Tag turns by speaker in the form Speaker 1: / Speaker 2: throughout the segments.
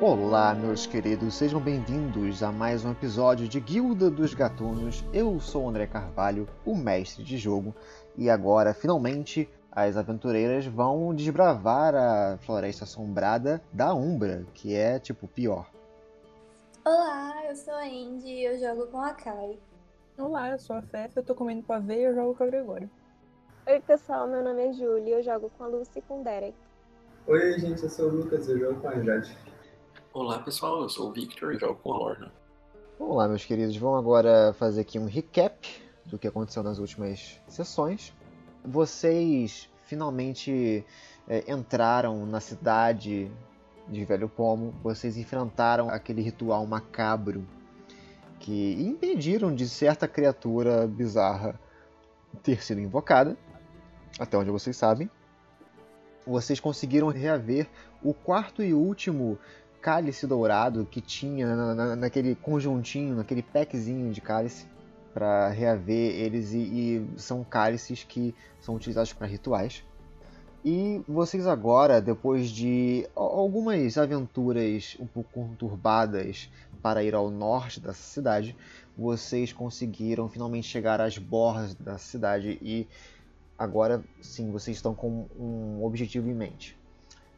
Speaker 1: Olá, meus queridos, sejam bem-vindos a mais um episódio de Guilda dos Gatunos. Eu sou o André Carvalho, o mestre de jogo, e agora, finalmente, as aventureiras vão desbravar a floresta assombrada da Umbra, que é tipo pior.
Speaker 2: Olá, eu sou a Andy e eu jogo com a Kai.
Speaker 3: Olá, Então, eu sou a Fefa, eu tô comendo pavê e eu jogo com a Gregório.
Speaker 4: Oi, pessoal, meu nome é Júlia e eu jogo com a Lucy e com o Derek.
Speaker 5: Oi, gente, eu sou o Lucas, eu jogo com a Jade.
Speaker 6: Olá pessoal, eu sou o Victor e jogo com a Lorna.
Speaker 1: Vamos lá, meus queridos, vamos agora fazer aqui um recap do que aconteceu nas últimas sessões. Vocês finalmente eh, entraram na cidade de Velho Pomo, vocês enfrentaram aquele ritual macabro que impediram de certa criatura bizarra ter sido invocada, até onde vocês sabem. Vocês conseguiram reaver o quarto e último cálice dourado que tinha na- na- naquele conjuntinho, naquele packzinho de cálice, para reaver eles e, e são cálices que são utilizados para rituais. E vocês agora, depois de a- algumas aventuras um pouco conturbadas para ir ao norte dessa cidade, vocês conseguiram finalmente chegar às bordas da cidade e agora sim vocês estão com um objetivo em mente.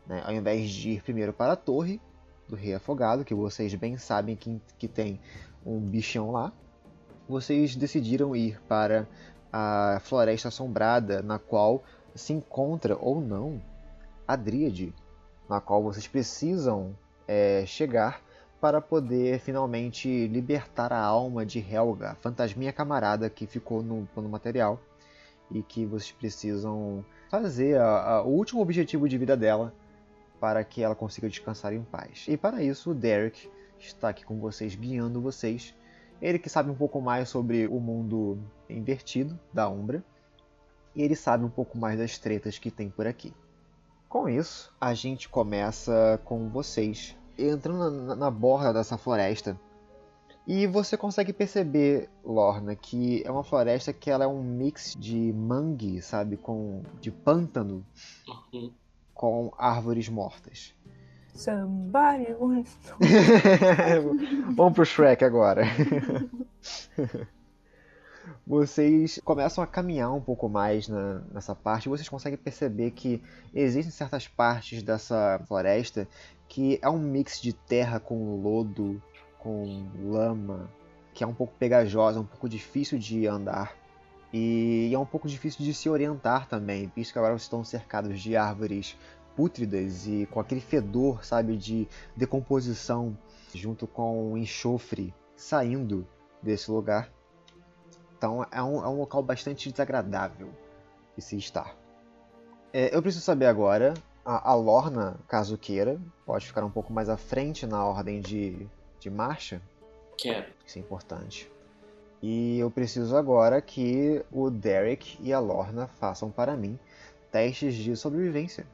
Speaker 1: né? Ao invés de ir primeiro para a torre do rei afogado, que vocês bem sabem que, que tem um bichão lá, vocês decidiram ir para a floresta assombrada na qual se encontra ou não a Dríade, na qual vocês precisam eh, chegar para poder finalmente libertar a alma de Helga, a fantasminha camarada que ficou no plano material e que vocês precisam fazer a- a- o último objetivo de vida dela para que ela consiga descansar em paz. E para isso, o Derek está aqui com vocês, guiando vocês. Ele que sabe um pouco mais sobre o mundo invertido da Umbra e ele sabe um pouco mais das tretas que tem por aqui. Com isso, a gente começa com vocês entrando na, na borda dessa floresta e você consegue perceber, Lorna, que é uma floresta que ela é um mix de mangue, sabe, com de pântano
Speaker 6: Uhum.
Speaker 1: com árvores mortas.
Speaker 3: Somebody wants to...
Speaker 1: Vamos pro Shrek agora. Vocês começam a caminhar um pouco mais na- nessa parte e vocês conseguem perceber que existem certas partes dessa floresta que é um mix de terra com lodo, com lama, que é um pouco pegajosa, um pouco difícil de andar e é um pouco difícil de se orientar também, visto que agora vocês estão cercados de árvores pútridas e com aquele fedor, sabe, de decomposição junto com enxofre saindo desse lugar. Então é um, é um local bastante desagradável de se estar. É, eu preciso saber agora, a, a Lorna, caso queira, pode ficar um pouco mais à frente na ordem de, de marcha,
Speaker 6: Quero.
Speaker 1: isso é importante. E eu preciso agora que o Derek e a Lorna façam para mim testes de sobrevivência.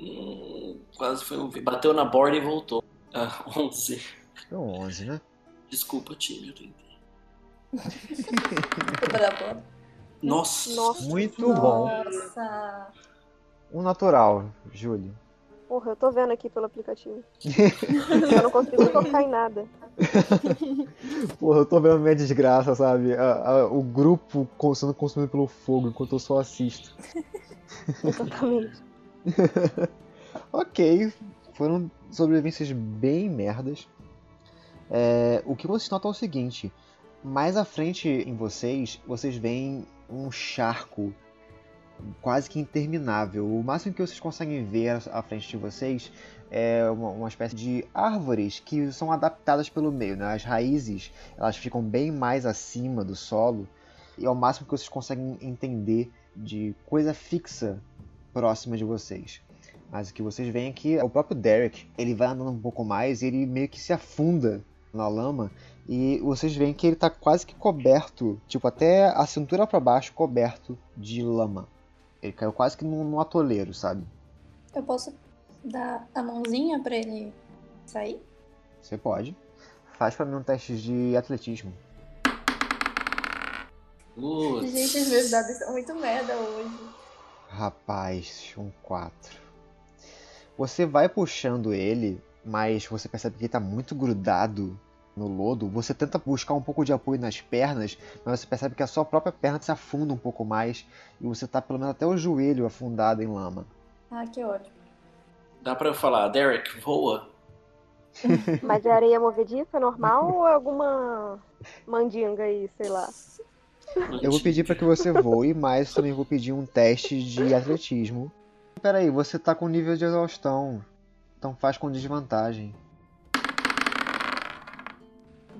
Speaker 6: Hum, quase foi um. Bateu na borda e voltou. Ah, 11.
Speaker 1: Então 11, né?
Speaker 6: Desculpa, time, eu tentei.
Speaker 2: Desculpa da boa.
Speaker 6: Nossa!
Speaker 4: Nossa.
Speaker 1: Muito bom.
Speaker 2: Nossa!
Speaker 1: Um natural, Júlio.
Speaker 4: Porra, eu tô vendo aqui pelo aplicativo. eu não consigo tocar em nada.
Speaker 1: Porra, eu tô vendo minha desgraça, sabe? A- a- o grupo con- sendo consumido pelo fogo enquanto eu só assisto.
Speaker 4: Exatamente.
Speaker 1: Ok, foram sobrevivências bem merdas. É, o que vocês notam é o seguinte: mais à frente em vocês, vocês veem um charco quase que interminável. O máximo que vocês conseguem ver à frente de vocês é uma, uma espécie de árvores que são adaptadas pelo meio. Né? As raízes elas ficam bem mais acima do solo e é o máximo que vocês conseguem entender de coisa fixa próxima de vocês. Mas o que vocês veem é que o próprio Derek, ele vai andando um pouco mais e ele meio que se afunda na lama. E vocês veem que ele tá quase que coberto, tipo, até a cintura pra baixo coberto de lama. Ele caiu quase que num, num atoleiro, sabe?
Speaker 2: Eu posso dar a mãozinha pra ele sair?
Speaker 1: Você pode. Faz pra mim um teste de atletismo.
Speaker 6: Putz.
Speaker 2: Gente, os meus dados são muito merda hoje.
Speaker 1: Rapaz, um 4. Você vai puxando ele, mas você percebe que ele tá muito grudado no lodo. Você tenta buscar um pouco de apoio nas pernas, mas você percebe que a sua própria perna se afunda um pouco mais e você tá pelo menos até o joelho afundado em lama.
Speaker 2: Ah, que ódio.
Speaker 6: Dá pra eu falar, Derek, voa.
Speaker 4: Mas é areia movediça normal ou é alguma mandinga aí, sei lá?
Speaker 1: Eu vou pedir pra que você voe, mas também vou pedir um teste de atletismo. Peraí, você tá com nível de exaustão, então faz com desvantagem.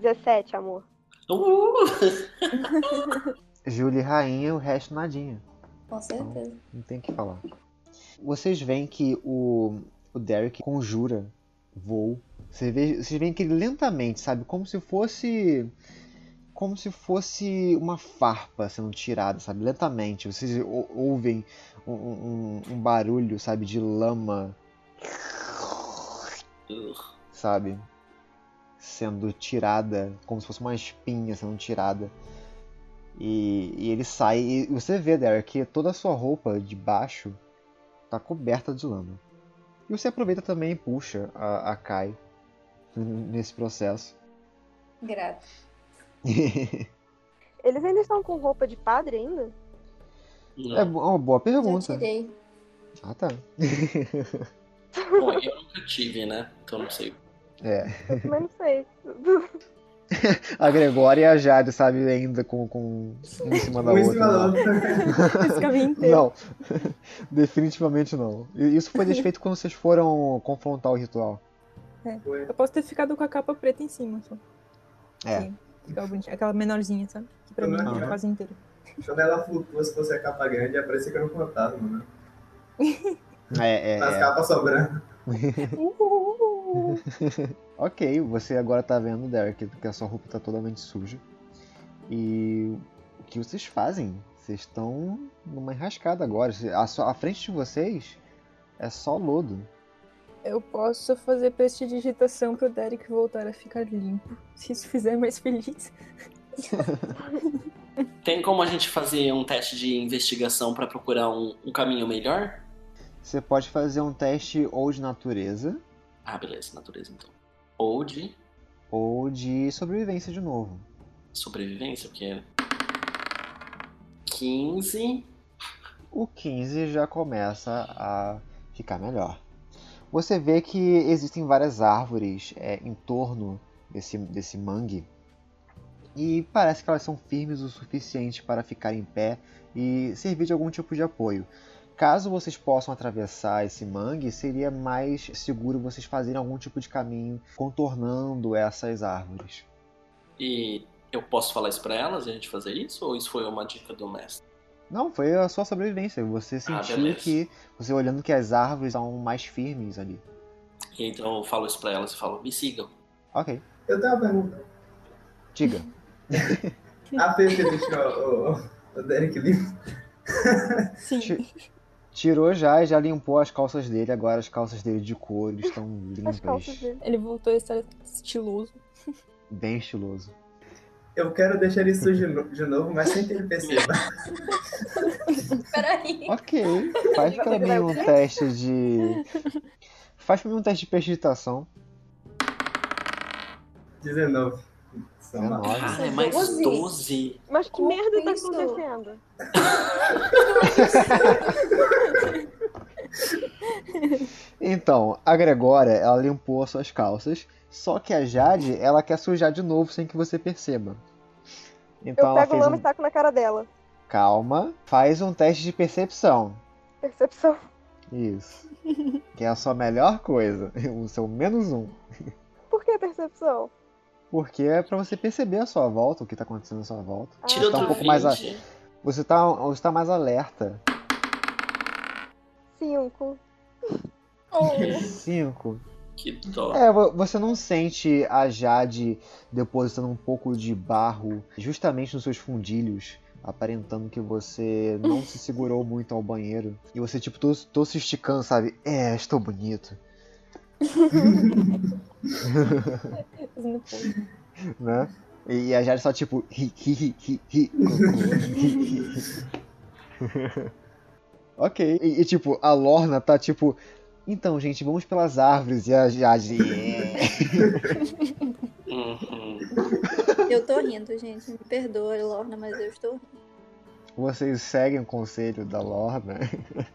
Speaker 4: 17, amor.
Speaker 6: Uh!
Speaker 1: Júlia e Rainha, o resto nadinha.
Speaker 2: Com certeza.
Speaker 1: Não tem o que falar. Vocês veem que o, o Derek conjura voo. Vocês vê- vocês veem que ele lentamente, sabe? Como se fosse. Como se fosse uma farpa sendo tirada, sabe? Lentamente. Vocês ou- ouvem um, um- um barulho, sabe? De lama, sabe? Sendo tirada, como se fosse uma espinha sendo tirada. E, e ele sai. E você vê, Derek, que toda a sua roupa de baixo tá coberta de lama. E você aproveita também e puxa a, a Kai n- nesse processo.
Speaker 2: Grato.
Speaker 4: Eles ainda estão com roupa de padre ainda?
Speaker 1: é
Speaker 6: Não.
Speaker 1: uma boa
Speaker 2: Eu
Speaker 1: pergunta.
Speaker 2: tirei.
Speaker 1: Ah, tá.
Speaker 6: Bom, eu nunca tive, né? Então não sei.
Speaker 1: É.
Speaker 4: Eu também não sei.
Speaker 1: A Gregória e a Jade, sabe, ainda com, com um em cima da
Speaker 5: Um em cima da
Speaker 1: outra. né?
Speaker 5: outra.
Speaker 3: Esse caminho inteiro.
Speaker 1: Não, definitivamente não. E Isso foi desfeito quando vocês foram confrontar o ritual.
Speaker 5: Foi.
Speaker 3: Eu posso ter ficado com a capa preta em cima, só.
Speaker 1: É.
Speaker 3: Sim. Ficava bonitinha. Aquela menorzinha, sabe? Que pra mim
Speaker 5: Aham.
Speaker 3: é quase inteira.
Speaker 5: Quando ela flutua, se fosse a capa grande, ia parecer que era um fantasma, né?
Speaker 1: É, é,
Speaker 5: As
Speaker 1: é.
Speaker 5: capas sobrando.
Speaker 3: Uhul.
Speaker 1: Ok, você agora tá vendo, Derek, que a sua roupa tá totalmente suja. E o que vocês fazem? Vocês estão numa enrascada agora. A, sua- a frente de vocês é só lodo.
Speaker 3: Eu posso fazer prestidigitação pro Derek voltar a ficar limpo. Se isso fizer mais feliz.
Speaker 6: Tem como a gente fazer um teste de investigação pra procurar um, um caminho melhor?
Speaker 1: Você pode fazer um teste ou de natureza
Speaker 6: Ah, beleza, natureza então. Ou de
Speaker 1: ou de sobrevivência de novo.
Speaker 6: sobrevivência, porque. é 15.
Speaker 1: O 15 já começa a ficar melhor. Você vê que existem várias árvores é, em torno desse, desse mangue e parece que elas são firmes o suficiente para ficar em pé e servir de algum tipo de apoio. Caso vocês possam atravessar esse mangue, seria mais seguro vocês fazerem algum tipo de caminho contornando essas árvores.
Speaker 6: E eu posso falar isso pra elas e a gente fazer isso? Ou isso foi uma dica do mestre?
Speaker 1: Não, foi a sua sobrevivência. Você
Speaker 6: Ah,
Speaker 1: sentiu
Speaker 6: beleza.
Speaker 1: que, você olhando que as árvores estão mais firmes ali.
Speaker 6: E então eu falo isso pra elas e falo, me sigam.
Speaker 1: Ok,
Speaker 5: Eu tenho uma pergunta.
Speaker 1: diga.
Speaker 5: A Fê que deixou o, o Derek livre.
Speaker 3: Sim.
Speaker 1: Ti- Tirou já e já limpou as calças dele. Agora as calças dele de couro estão
Speaker 4: As calças
Speaker 1: limpas.
Speaker 4: dele.
Speaker 3: Ele voltou a estar estiloso.
Speaker 1: Bem estiloso.
Speaker 5: Eu quero deixar ele sujo de no- de novo, mas sem que ele perceba.
Speaker 2: Peraí.
Speaker 1: Ok. Faz pra mim um teste de. Faz pra mim um teste de prestigitação.
Speaker 5: 19. São uma-
Speaker 1: 19.
Speaker 6: Ah, é mais
Speaker 2: 12.
Speaker 6: 12.
Speaker 4: Mas que
Speaker 2: Como
Speaker 4: merda tá
Speaker 2: isso?
Speaker 4: acontecendo?
Speaker 1: Então, a Gregória, ela limpou as suas calças. Só que a Jade, ela quer sujar de novo sem que você perceba. Então
Speaker 4: Eu
Speaker 1: ela
Speaker 4: pego o
Speaker 1: fez
Speaker 4: lama
Speaker 1: um.
Speaker 4: e taco na cara dela.
Speaker 1: Calma. Faz um teste de percepção.
Speaker 4: Percepção.
Speaker 1: Isso. Que é a sua melhor coisa. O seu menos um.
Speaker 4: Por que percepção?
Speaker 1: Porque é pra você perceber a sua volta, o que tá acontecendo à sua volta.
Speaker 4: Ah,
Speaker 6: Tira
Speaker 1: tá um
Speaker 6: outra
Speaker 1: pouco mais a-
Speaker 6: 20.
Speaker 1: Você tá, você tá mais alerta.
Speaker 4: Cinco.
Speaker 2: Oh,
Speaker 1: Cinco.
Speaker 6: Que dó.
Speaker 1: É, vo- você não sente a Jade depositando um pouco de barro justamente nos seus fundilhos, aparentando que você não se segurou muito ao banheiro. E você, tipo, todo, todo se esticando, sabe? É, estou bonito,
Speaker 3: Fazendo pose.
Speaker 1: né? E a Jade só, tipo, ri, ri, ri, ri, ri, cu, cu, ri, ri, ri. Ok. E, e, tipo, a Lorna tá, tipo, Então, gente, vamos pelas árvores e a Jade. "É."
Speaker 6: Uhum.
Speaker 2: Oh, Eu tô rindo, gente. Me perdoa, Lorna, mas eu estou rindo.
Speaker 1: Vocês seguem o conselho da Lorna.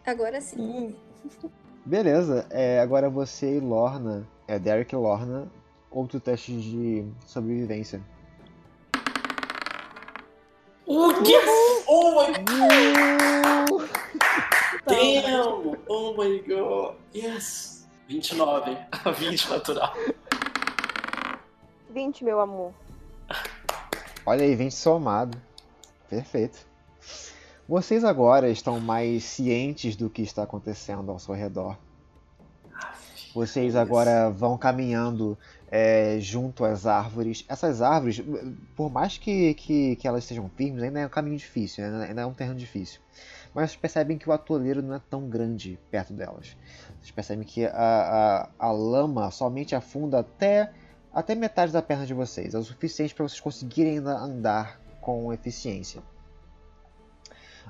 Speaker 2: Agora sim.
Speaker 1: Beleza, é, agora você e Lorna, é Derek e Lorna, outro teste de sobrevivência.
Speaker 6: Oh, yes! Oh my damn! Oh my god! Yes! 29. A 20 natural.
Speaker 4: 20, meu amor.
Speaker 1: Olha aí, 20 somado. Perfeito. Vocês agora estão mais cientes do que está acontecendo ao seu redor. Vocês agora vão caminhando é, junto às árvores. Essas árvores, por mais que, que, que elas sejam firmes, ainda é um caminho difícil, ainda ainda é um terreno difícil. Mas vocês percebem que o atoleiro não é tão grande perto delas. Vocês percebem que a, a, a lama somente afunda até, até metade da perna de vocês. É o suficiente para vocês conseguirem ainda andar com eficiência.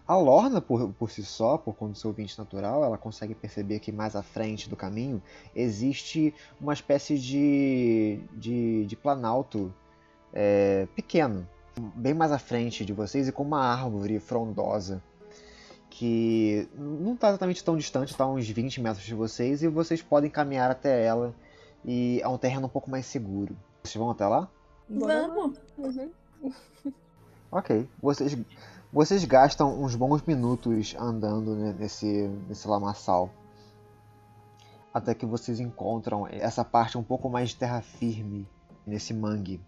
Speaker 1: A Lorna, por, por si só, por conta do seu ouvinte natural, ela consegue perceber que mais à frente do caminho existe uma espécie de, de, de planalto é, pequeno, bem mais à frente de vocês e com uma árvore frondosa que não está exatamente tão distante, está uns 20 metros de vocês e vocês podem caminhar até ela e é um terreno um pouco mais seguro. Vocês vão até lá?
Speaker 3: Bora lá.
Speaker 2: Vamos!
Speaker 3: Uhum.
Speaker 1: Ok. Vocês, vocês gastam uns bons minutos andando né, nesse, nesse lamaçal. Até que vocês encontram essa parte um pouco mais de terra firme nesse mangue.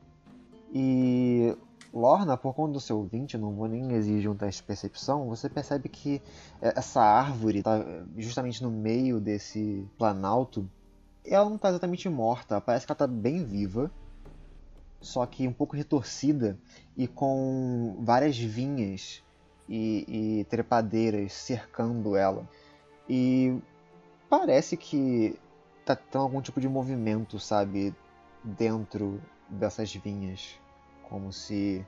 Speaker 1: E Lorna, por conta do seu 20, não vou nem exigir um teste de percepção, você percebe que eh, essa árvore tá eh, justamente no meio desse planalto. Ela não tá exatamente morta, parece que ela tá bem viva, só que um pouco retorcida e com várias vinhas e, e trepadeiras cercando ela. E parece que tá tendo algum tipo de movimento, sabe, dentro dessas vinhas, como se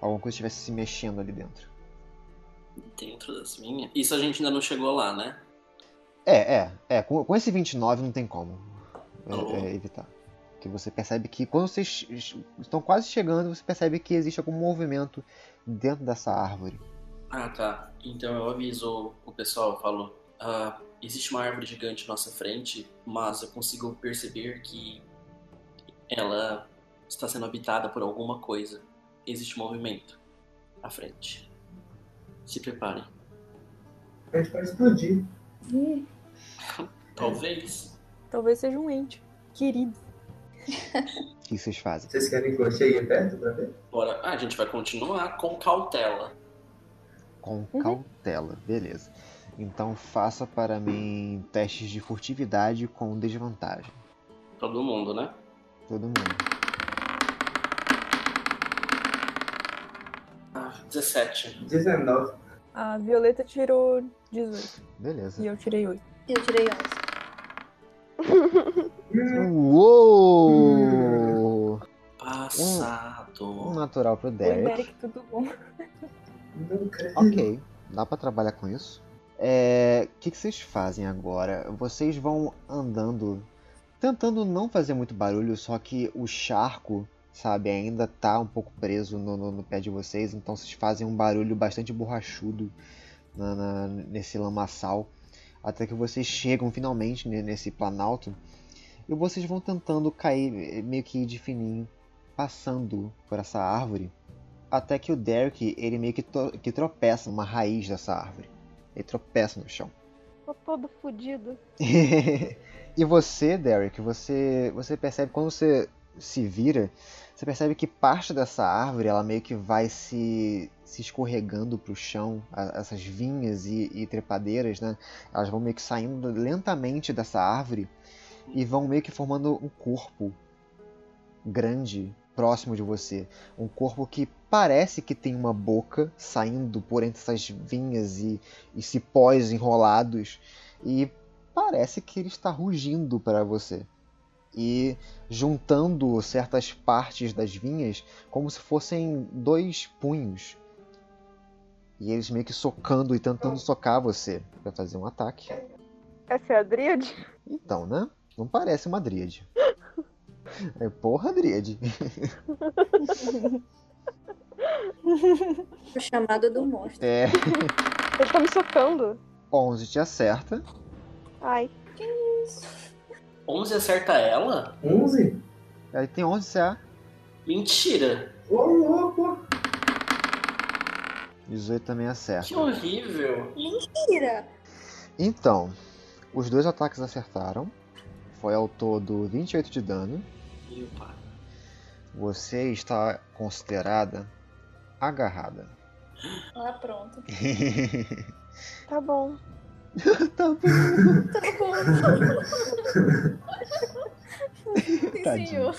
Speaker 1: alguma coisa estivesse se mexendo ali dentro.
Speaker 6: Dentro das minhas. Isso a gente ainda não chegou lá, né?
Speaker 1: É, é, é. Com, com esse 29 não tem como é,
Speaker 6: Alô?
Speaker 1: é, evitar. Que você percebe que quando vocês es- estão quase chegando, você percebe que existe algum movimento dentro dessa árvore.
Speaker 6: Ah, tá. Então eu aviso o pessoal, eu falo, "Ah, existe uma árvore gigante à nossa frente, mas eu consigo perceber que ela está sendo habitada por alguma coisa. Existe movimento à frente. Se preparem.
Speaker 5: A gente pode explodir.
Speaker 3: Ih,
Speaker 6: Talvez.
Speaker 3: Talvez seja um ente. Querido.
Speaker 1: O que vocês fazem?
Speaker 5: Vocês querem que eu chegue perto pra ver?
Speaker 6: Bora. Ah, a gente vai continuar com cautela.
Speaker 1: Com
Speaker 3: Uhum.
Speaker 1: cautela, beleza. Então faça para mim testes de furtividade com desvantagem.
Speaker 6: Todo mundo, né?
Speaker 1: Todo mundo.
Speaker 6: Ah, 17.
Speaker 5: 19.
Speaker 3: A Violeta tirou 18 e
Speaker 1: Beleza.
Speaker 3: eu tirei 8.
Speaker 2: Eu tirei 11.
Speaker 5: Hum,
Speaker 3: Hum.
Speaker 1: Uou! Um
Speaker 6: Passado.
Speaker 1: natural pro
Speaker 3: Oi,
Speaker 1: Derek.
Speaker 3: Derek, tudo bom?
Speaker 5: nunca.
Speaker 1: Ok, dá pra trabalhar com isso. É, O que, que vocês fazem agora? Vocês vão andando, tentando não fazer muito barulho, só que o charco, sabe, ainda tá um pouco preso no, no- no pé de vocês, então vocês fazem um barulho bastante borrachudo na- na- nesse lamaçal, até que vocês chegam finalmente ne- nesse planalto e vocês vão tentando cair eh, meio que de fininho, passando por essa árvore. Até que o Derek, ele meio que, to- que tropeça numa raiz dessa árvore. Ele tropeça no chão.
Speaker 4: Tô todo fudido.
Speaker 1: e você, Derek, você, você percebe quando você se vira, você percebe que parte dessa árvore, ela meio que vai se, se escorregando pro chão. A- essas vinhas e, e trepadeiras, né? Elas vão meio que saindo lentamente dessa árvore e vão meio que formando um corpo grande próximo de você. Um corpo que parece que tem uma boca saindo por entre essas vinhas e, e cipós enrolados. E parece que ele está rugindo para você. E juntando certas partes das vinhas como se fossem dois punhos. E eles meio que socando e tentando socar você para fazer um ataque.
Speaker 4: Essa é a Dríade?
Speaker 1: Então, né? Não parece uma dríade. É porra, dríade.
Speaker 2: O chamado do monstro.
Speaker 1: É,
Speaker 4: Ele tá me socando.
Speaker 1: 11 te acerta.
Speaker 4: Ai.
Speaker 6: 11 acerta ela?
Speaker 5: 11?
Speaker 1: Aí tem é 11 CA.
Speaker 6: Mentira!
Speaker 5: Ô, louco!
Speaker 1: 18 também acerta.
Speaker 6: Que horrível!
Speaker 2: Tira!
Speaker 1: Então, os dois ataques acertaram. Foi ao todo 28 de dano.
Speaker 6: Meu pai.
Speaker 1: Você está considerada agarrada.
Speaker 2: Lá pronto.
Speaker 4: Tá bom.
Speaker 1: tá bom. Tadinho.
Speaker 2: senhor.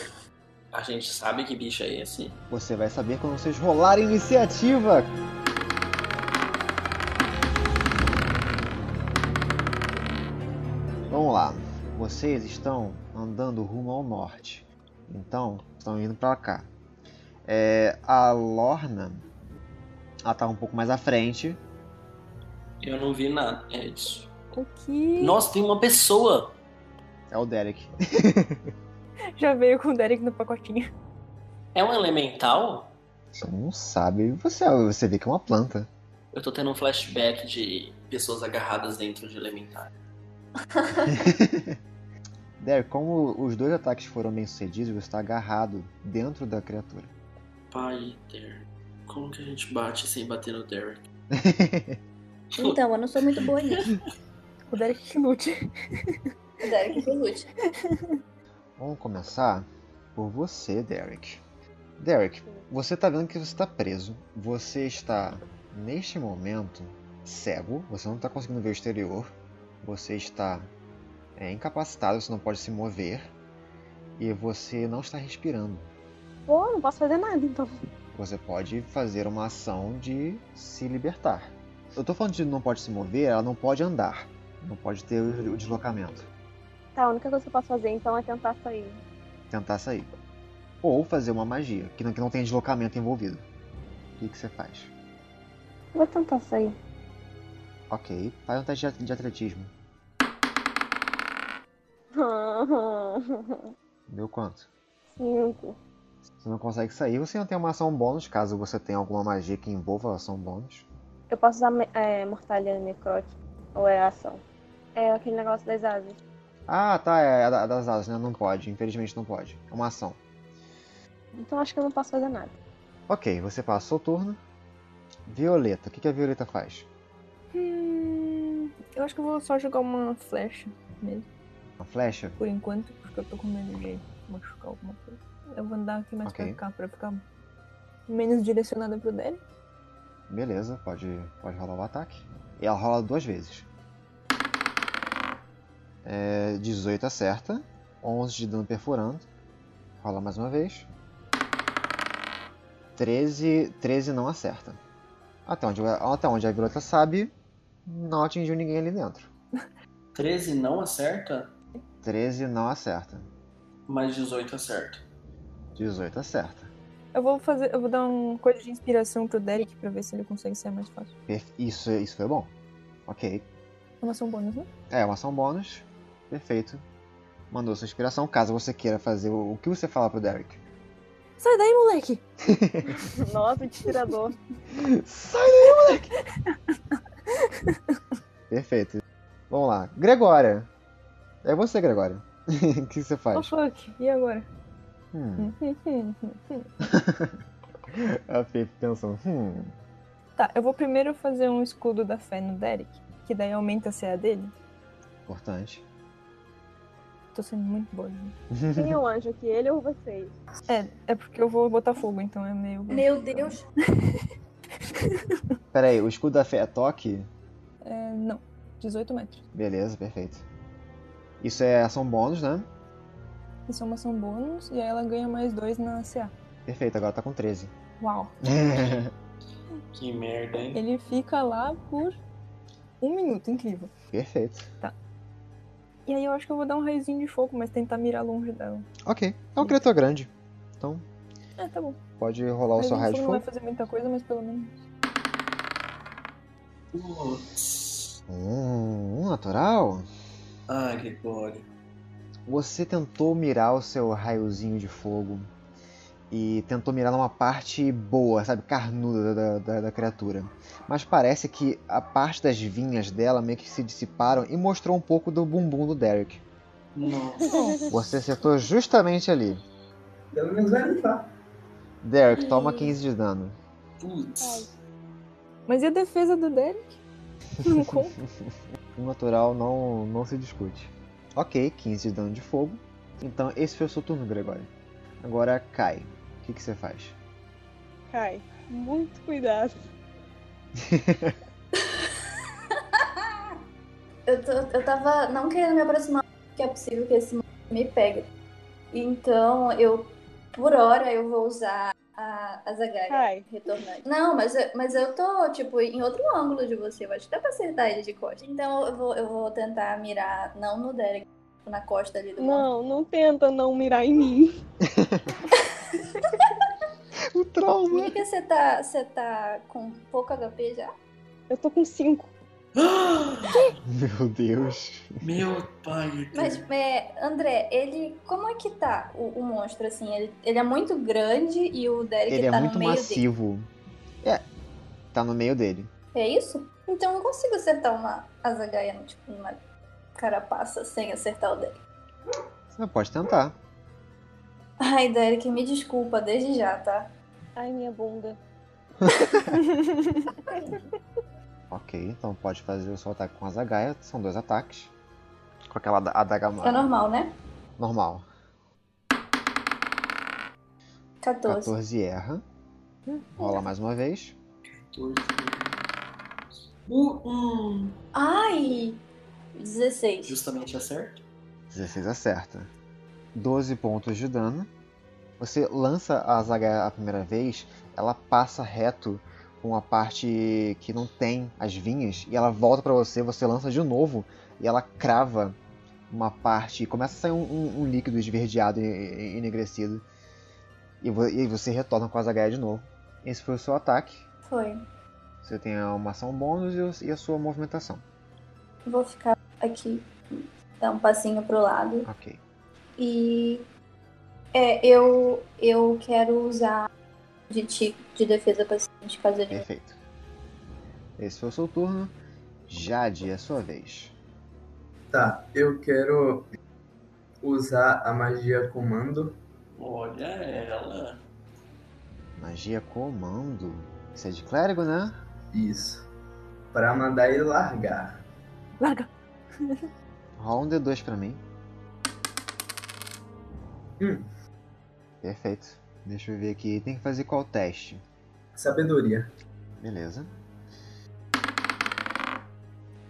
Speaker 6: A gente sabe que bicho é esse?
Speaker 1: Você vai saber quando vocês rolarem iniciativa. Vamos lá. Vocês estão andando rumo ao norte. Então, estão indo pra cá. É, a Lorna, ela tá um pouco mais à frente.
Speaker 6: Eu não vi nada. É isso.
Speaker 3: O que?
Speaker 6: Nossa, tem uma pessoa!
Speaker 1: É o Derek.
Speaker 3: Já veio com o Derek no pacotinho.
Speaker 6: É um elemental?
Speaker 1: Você não sabe. Você, você vê que é uma planta.
Speaker 6: Eu tô tendo um flashback de pessoas agarradas dentro de elementar.
Speaker 1: Derek, como os dois ataques foram bem sucedidos, você está agarrado dentro da criatura.
Speaker 6: Pai, Derek. Como que a gente bate sem bater no Derek? Tipo,
Speaker 2: Então, eu não sou muito boa nisso.
Speaker 3: O Derek é que lute.
Speaker 2: Derek que lute.
Speaker 1: Vamos começar por você, Derek. Derek, você tá vendo que você tá preso. Você está, neste momento, cego. Você não tá conseguindo ver o exterior. Você está é, incapacitado, você não pode se mover. E você não está respirando.
Speaker 4: Pô, não posso fazer nada, então.
Speaker 1: Você pode fazer uma ação de se libertar. Eu tô falando de não pode se mover, ela não pode andar. Não pode ter o o deslocamento.
Speaker 4: Tá, a única coisa que eu posso fazer então é tentar sair.
Speaker 1: tentar sair. Ou fazer uma magia, que não, que não tem deslocamento envolvido. O que, que você faz?
Speaker 4: Vou tentar sair.
Speaker 1: Ok, faz um teste de at- de atletismo. Deu quanto?
Speaker 4: Cinco.
Speaker 1: Você não consegue sair, você não tem uma ação bônus, caso você tenha alguma magia que envolva a ação bônus.
Speaker 4: Eu posso usar me- é, mortalha necrótica. Ou é ação? É aquele negócio das asas.
Speaker 1: Ah, tá, é a da- a das asas, né? Não pode, infelizmente não pode. É uma ação.
Speaker 4: Então acho que eu não posso fazer nada.
Speaker 1: Ok, você passa o seu turno. Violeta, o que, que a Violeta faz?
Speaker 3: Hum, eu acho que eu vou só jogar uma flecha mesmo,
Speaker 1: Uma flecha?
Speaker 3: por enquanto, porque eu tô com medo de machucar alguma coisa. Eu vou andar aqui mais
Speaker 1: Ok.
Speaker 3: pra cá, pra ficar menos direcionada pro Derek.
Speaker 1: Beleza, pode, pode rolar o ataque. E ela rola duas vezes. É, 18 acerta, 11 de dano perfurando. Rola mais uma vez. 13, 13 não acerta. Até onde, até onde a Violeta sabe, não atingiu ninguém ali dentro.
Speaker 6: 13 não acerta,
Speaker 1: 13 não acerta,
Speaker 6: mas 18 acerta.
Speaker 1: 18 acerta.
Speaker 3: Eu vou fazer, eu vou dar uma coisa de inspiração pro Derek pra ver se ele consegue sair mais fácil.
Speaker 1: Perf- Isso, isso foi bom. Ok,
Speaker 3: É uma ação bônus, né?
Speaker 1: É, uma ação bônus. Perfeito. Mandou sua inspiração, caso você queira fazer o o que você fala pro Derek.
Speaker 3: Sai daí, moleque!
Speaker 4: Nossa, tirador.
Speaker 1: Sai daí, moleque! Perfeito. Vamos lá. Gregória. É você, Gregória. O que você
Speaker 3: Oh
Speaker 1: faz?
Speaker 3: fuck, e agora?
Speaker 1: Hum.
Speaker 3: Hum, hum, hum, hum, hum.
Speaker 1: A Pepe Ah, pensando. Hum.
Speaker 3: Tá, eu vou primeiro fazer um escudo da fé no Derek, que daí aumenta a CA dele.
Speaker 1: Importante.
Speaker 3: Tô sendo muito boa, gente.
Speaker 4: Quem é o anjo aqui? Ele ou vocês?
Speaker 3: É, é porque eu vou botar fogo, então é meio.
Speaker 2: Meu Deus.
Speaker 1: Pera aí, o escudo da fé é toque?
Speaker 3: É, não, 18 metros.
Speaker 1: Beleza, perfeito. Isso é ação bônus, né?
Speaker 3: Isso é uma ação bônus, e aí ela ganha mais dois na CA.
Speaker 1: Perfeito, agora tá com 13.
Speaker 3: Uau!
Speaker 6: Que merda, hein?
Speaker 3: Ele fica lá por um minuto, incrível.
Speaker 1: perfeito.
Speaker 3: E aí eu acho que eu vou dar um raizinho de fogo, mas tentar mirar longe dela.
Speaker 1: Ok. É um criatura grande. Então,
Speaker 3: É, tá bom.
Speaker 1: pode rolar o seu
Speaker 3: Raizinho de
Speaker 1: um raio de
Speaker 3: fogo não vai
Speaker 1: fogo.
Speaker 3: fazer muita coisa, mas pelo menos.
Speaker 6: Putz.
Speaker 1: Hum, um natural?
Speaker 6: Ah, Gregório.
Speaker 1: Você tentou mirar o seu raiozinho de fogo e tentou mirar numa parte boa, sabe, carnuda da, da, da criatura. Mas parece que a parte das vinhas dela meio que se dissiparam e mostrou um pouco do bumbum do Derek.
Speaker 6: Nossa.
Speaker 1: Você acertou justamente ali.
Speaker 5: Pelo menos vai limpar.
Speaker 1: Derek, toma 15 de dano.
Speaker 6: Putz.
Speaker 3: Mas e a defesa do Derek? Não conta.
Speaker 1: O Um natural não, não se discute. Ok, 15 de dano de fogo. Então esse foi o seu turno, Gregório. Agora cai. O que, que você faz?
Speaker 7: Cai. Muito cuidado.
Speaker 2: Eu, tô, eu tava não querendo me aproximar, porque é possível que esse monstro me pegue. Então, eu, por hora, eu vou usar a, a Zagaia
Speaker 7: Ai.
Speaker 2: retornante. Não, mas, eu- mas eu tô, tipo, em outro ângulo de você. Eu acho que dá pra acertar ele de costa. Então, eu vou, eu vou tentar mirar, não no Derek, tipo, na costa ali do monstro.
Speaker 7: Não, não tenta não mirar em mim.
Speaker 1: O
Speaker 2: Por
Speaker 1: trauma!
Speaker 2: que, que você tá, você tá com pouco HP já?
Speaker 7: Eu tô com cinco.
Speaker 6: Ah,
Speaker 1: Meu Deus.
Speaker 6: Meu pai.
Speaker 2: Mas, é, André, ele. Como é que tá o, o monstro, assim? Ele, ele é muito grande e o Derek
Speaker 1: Ele
Speaker 2: tá
Speaker 1: é muito
Speaker 2: no meio dele.
Speaker 1: massivo. É. Tá no meio dele.
Speaker 2: É isso? Então eu não consigo acertar uma azagaia, no- tipo, uma carapaça sem acertar o Derek.
Speaker 1: Você pode tentar.
Speaker 2: Ai, Derek, me desculpa desde já, tá?
Speaker 7: Ai, minha bunda.
Speaker 1: Ok, então pode fazer o seu ataque com a zagaia. São dois ataques. Com aquela ada- adaga
Speaker 2: É normal, né?
Speaker 1: normal.
Speaker 2: 14.
Speaker 1: 14 erra. Rola mais uma vez.
Speaker 6: 14. Uh, hum.
Speaker 2: Ai! 16.
Speaker 6: Justamente acerto.
Speaker 1: 16 acerta. 12 pontos de dano. Você lança a zaga a primeira vez, ela passa reto com a parte que não tem as vinhas e ela volta pra você, você lança de novo e ela crava uma parte, começa a sair um, um- um líquido esverdeado e- e e enegrecido. E, vo- e você retorna com a zagaia de novo. Esse foi o seu ataque.
Speaker 2: Foi.
Speaker 1: Você tem uma ação bônus e o- e a sua movimentação.
Speaker 2: Vou ficar aqui, dar um passinho pro lado.
Speaker 1: Ok.
Speaker 2: E é, eu, eu quero usar de ti de defesa paciente caso ele.
Speaker 1: Perfeito. Esse foi o seu turno. Jade, é a sua vez.
Speaker 5: Tá, eu quero usar a magia comando.
Speaker 6: Olha ela.
Speaker 1: Magia comando. Você é de clérigo, né?
Speaker 5: Isso. Pra mandar ele largar.
Speaker 3: Larga.
Speaker 1: Rola um D2 pra mim.
Speaker 5: Hum.
Speaker 1: Perfeito. Deixa eu ver aqui. Tem que fazer qual teste?
Speaker 5: Sabedoria.
Speaker 1: Beleza.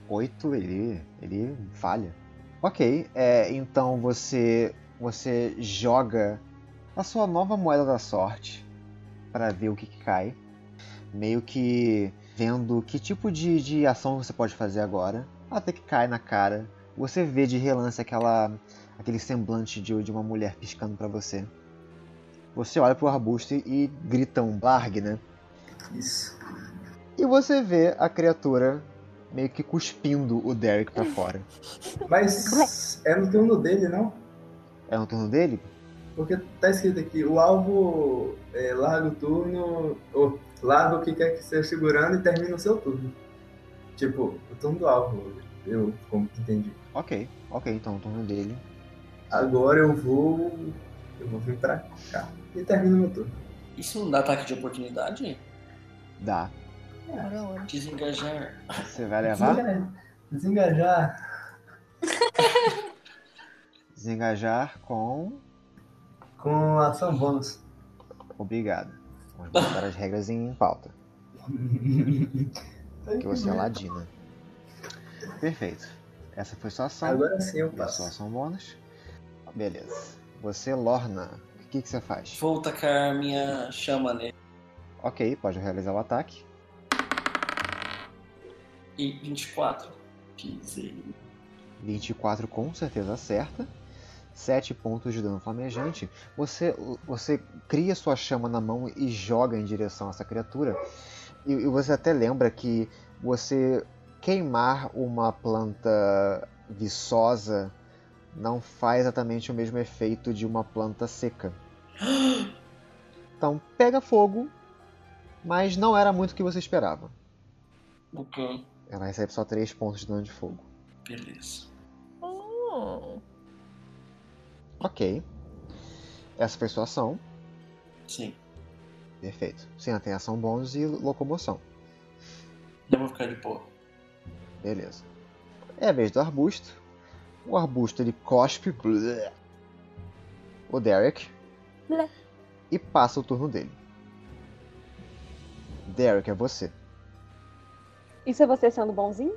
Speaker 1: 8, ele, ele falha. Ok, é, então você você joga a sua nova moeda da sorte para ver o que, que cai. Meio que vendo que tipo de, de ação você pode fazer agora. Até que cai na cara. Você vê de relance aquela, aquele semblante de, de uma mulher piscando para você. Você olha pro arbusto e, e grita um largue, né?
Speaker 5: Isso.
Speaker 1: E você vê a criatura meio que cuspindo o Derek pra fora.
Speaker 5: Mas é no turno dele, não?
Speaker 1: É no turno dele?
Speaker 5: Porque tá escrito aqui, o alvo é, larga o turno, ou larga o que quer que esteja segurando e termina o seu turno. Tipo, o turno do alvo, eu como que entendi.
Speaker 1: Ok, ok, então no turno dele.
Speaker 5: Agora eu vou. Eu vou vir pra cá. E termino meu turno.
Speaker 6: Isso não dá ataque de oportunidade?
Speaker 1: Dá.
Speaker 3: Ora, ora.
Speaker 6: Desengajar.
Speaker 1: Você vai levar?
Speaker 5: Desengajar.
Speaker 1: Desengajar com.
Speaker 5: Com ação bônus.
Speaker 1: Obrigado. Vamos botar as regras em pauta. Porque você é ladina. Perfeito. Essa foi sua ação.
Speaker 5: Agora sim eu
Speaker 1: E a sua
Speaker 5: passo.
Speaker 1: ação bônus. Beleza. Você, Lorna. O que, que você faz?
Speaker 6: Vou tacar minha chama nele.
Speaker 1: Ok, pode realizar o ataque.
Speaker 6: E 24. Pisei.
Speaker 1: 24 com certeza acerta. 7 pontos de dano flamejante. Você, você cria sua chama na mão e joga em direção a essa criatura. E, e você até lembra que você queimar uma planta viçosa não faz exatamente o mesmo efeito de uma planta seca. Então pega fogo, mas não era muito o que você esperava.
Speaker 6: Ok.
Speaker 1: Ela recebe só 3 pontos de dano de fogo.
Speaker 6: Beleza.
Speaker 3: Hum.
Speaker 1: Ok. Essa foi sua ação.
Speaker 6: Sim.
Speaker 1: Perfeito. Sim, ela tem ação bônus e locomoção.
Speaker 6: Eu vou ficar de boa.
Speaker 1: Beleza. É a vez do arbusto. O arbusto ele cospe. blé, o Derek.
Speaker 3: Blé.
Speaker 1: E passa o turno dele. Derek, é você.
Speaker 7: Isso é você sendo bonzinho?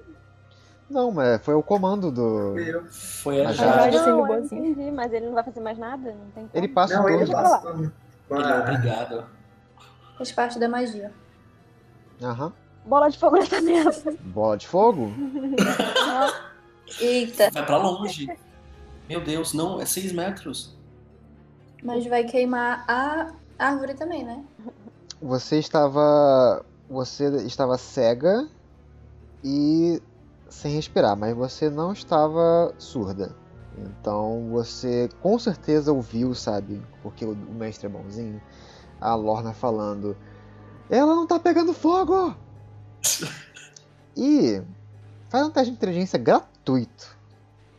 Speaker 1: Não, mas foi o comando do.
Speaker 5: Fui eu.
Speaker 6: Foi a
Speaker 1: Mas
Speaker 3: Apesar
Speaker 1: já-
Speaker 6: Jade.
Speaker 3: de sendo
Speaker 7: não, eu
Speaker 3: bonzinho.
Speaker 7: entendi, mas ele não vai fazer mais nada? Não tem como.
Speaker 1: Ele passa né?
Speaker 5: Não,
Speaker 1: o
Speaker 5: ele
Speaker 1: turno.
Speaker 5: passa com- com
Speaker 6: Ele é
Speaker 5: a-
Speaker 6: obrigado.
Speaker 2: Faz parte da magia.
Speaker 1: Aham.
Speaker 4: Bola de fogo nessa mesa.
Speaker 1: Bola de fogo?
Speaker 2: Eita,
Speaker 6: Vai pra longe. Meu Deus, não, é 6 metros.
Speaker 2: mas vai queimar a árvore também, né?
Speaker 1: Você estava. Você estava cega e sem respirar, mas você não estava surda. Então você com certeza ouviu, sabe? Porque o o mestre é bonzinho. A Lorna falando: Ela não tá pegando fogo! e faz um teste de inteligência gratuito.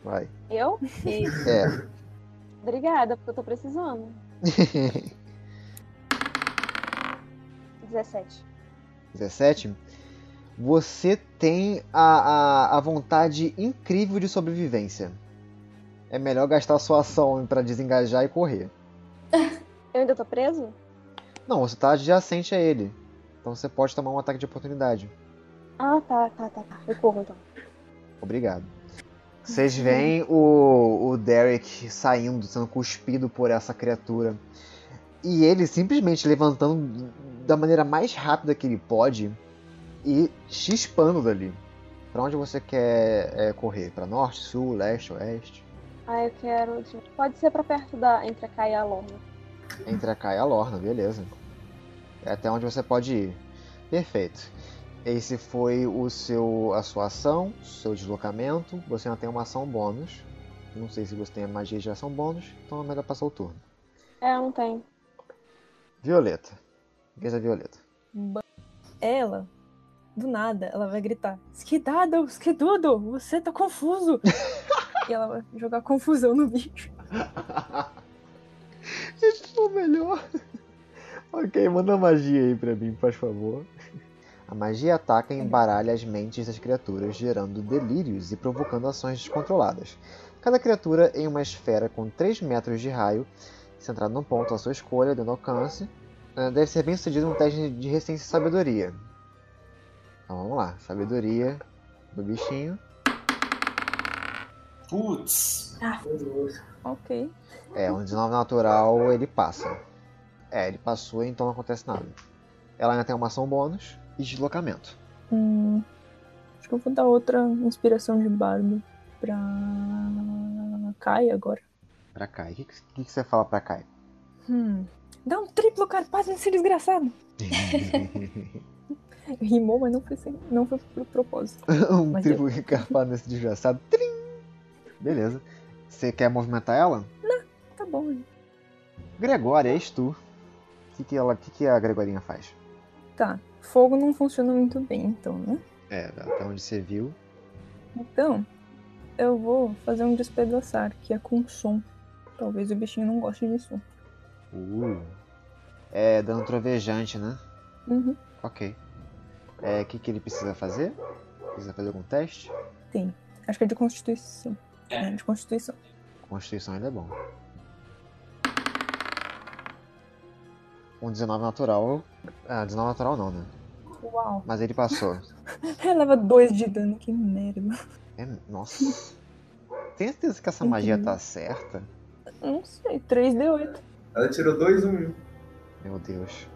Speaker 1: Vai.
Speaker 7: Eu? E-
Speaker 1: É.
Speaker 7: Obrigada, porque eu tô precisando.
Speaker 1: É.
Speaker 7: 17.
Speaker 1: 17, você tem a, a, a vontade incrível de sobrevivência. É melhor gastar sua ação pra desengajar e correr.
Speaker 7: Eu ainda tô preso?
Speaker 1: Não, você tá adjacente a ele. Então você pode tomar um ataque de oportunidade.
Speaker 7: Ah, tá, tá, tá, tá. Eu corro então.
Speaker 1: Obrigado. Vocês veem o, o Derek saindo, sendo cuspido por essa criatura. E ele simplesmente levantando da maneira mais rápida que ele pode e chispando dali. Pra onde você quer é, correr? Pra norte, sul, leste, oeste?
Speaker 7: Ah, eu quero. de- Pode ser pra perto da. Entre a Kai e a Lorna.
Speaker 1: Entre a Kai e a Lorna, beleza. É até onde você pode ir. Perfeito. Esse foi o seu, a sua ação, seu deslocamento. Você ainda tem uma ação bônus. Não sei se você tem a magia de ação bônus, então é melhor passar o turno.
Speaker 7: É, não tem.
Speaker 1: Violeta. Beleza, Violeta.
Speaker 3: Ela, do nada, ela vai gritar: Esquidado, esquidudo, você tá confuso. e ela vai jogar confusão no bicho.
Speaker 1: Isso foi melhor. ok, manda a magia aí pra mim, faz favor. A magia ataca e embaralha as mentes das criaturas, gerando delírios e provocando ações descontroladas. Cada criatura em uma esfera com 3 metros de raio, centrada num ponto à sua escolha, dando alcance, eh, deve ser bem sucedido um teste de resistência e sabedoria. Então vamos lá, sabedoria do bichinho.
Speaker 6: Putz.
Speaker 5: Meu Deus.
Speaker 3: Ok.
Speaker 1: É, um 19 natural ele passa. É, ele passou, então não acontece nada. Ela ainda tem uma ação bônus e deslocamento.
Speaker 3: Hum, acho que eu vou dar outra inspiração de bardo pra Kai agora.
Speaker 1: Pra Kai. O que, que- que que você fala pra Kai?
Speaker 3: Hum, dá um triplo carpaz nesse desgraçado. Rimou, mas não foi, sem, não foi por propósito.
Speaker 1: um
Speaker 3: Mas
Speaker 1: tribo encarpado nesse desgraçado. Trim! Beleza. Você quer movimentar ela?
Speaker 3: Tá bom, hein?
Speaker 1: Gregória, és tu. O que, que, ela, que, que a Gregorinha faz?
Speaker 3: Tá. Fogo não funciona muito bem, então, né?
Speaker 1: É, até onde você viu.
Speaker 3: Então, eu vou fazer um despedaçar, que é com som. Talvez o bichinho não goste de som.
Speaker 1: Uh. É, dando trovejante, né?
Speaker 3: Uhum.
Speaker 1: Ok. É, o que, que ele precisa fazer? Precisa fazer algum teste?
Speaker 3: Acho que é de constituição.
Speaker 6: É.
Speaker 3: de constituição.
Speaker 1: Constituição ainda é bom. Um 19 natural. Ah, 19 natural não, né?
Speaker 3: Uau.
Speaker 1: Mas ele passou.
Speaker 3: Ela leva dois de dano, que merda.
Speaker 1: É, nossa. Tem certeza que essa
Speaker 3: Uhum.
Speaker 1: magia tá certa?
Speaker 3: Não sei, 3D8.
Speaker 5: Ela tirou 2 1
Speaker 1: Meu Deus.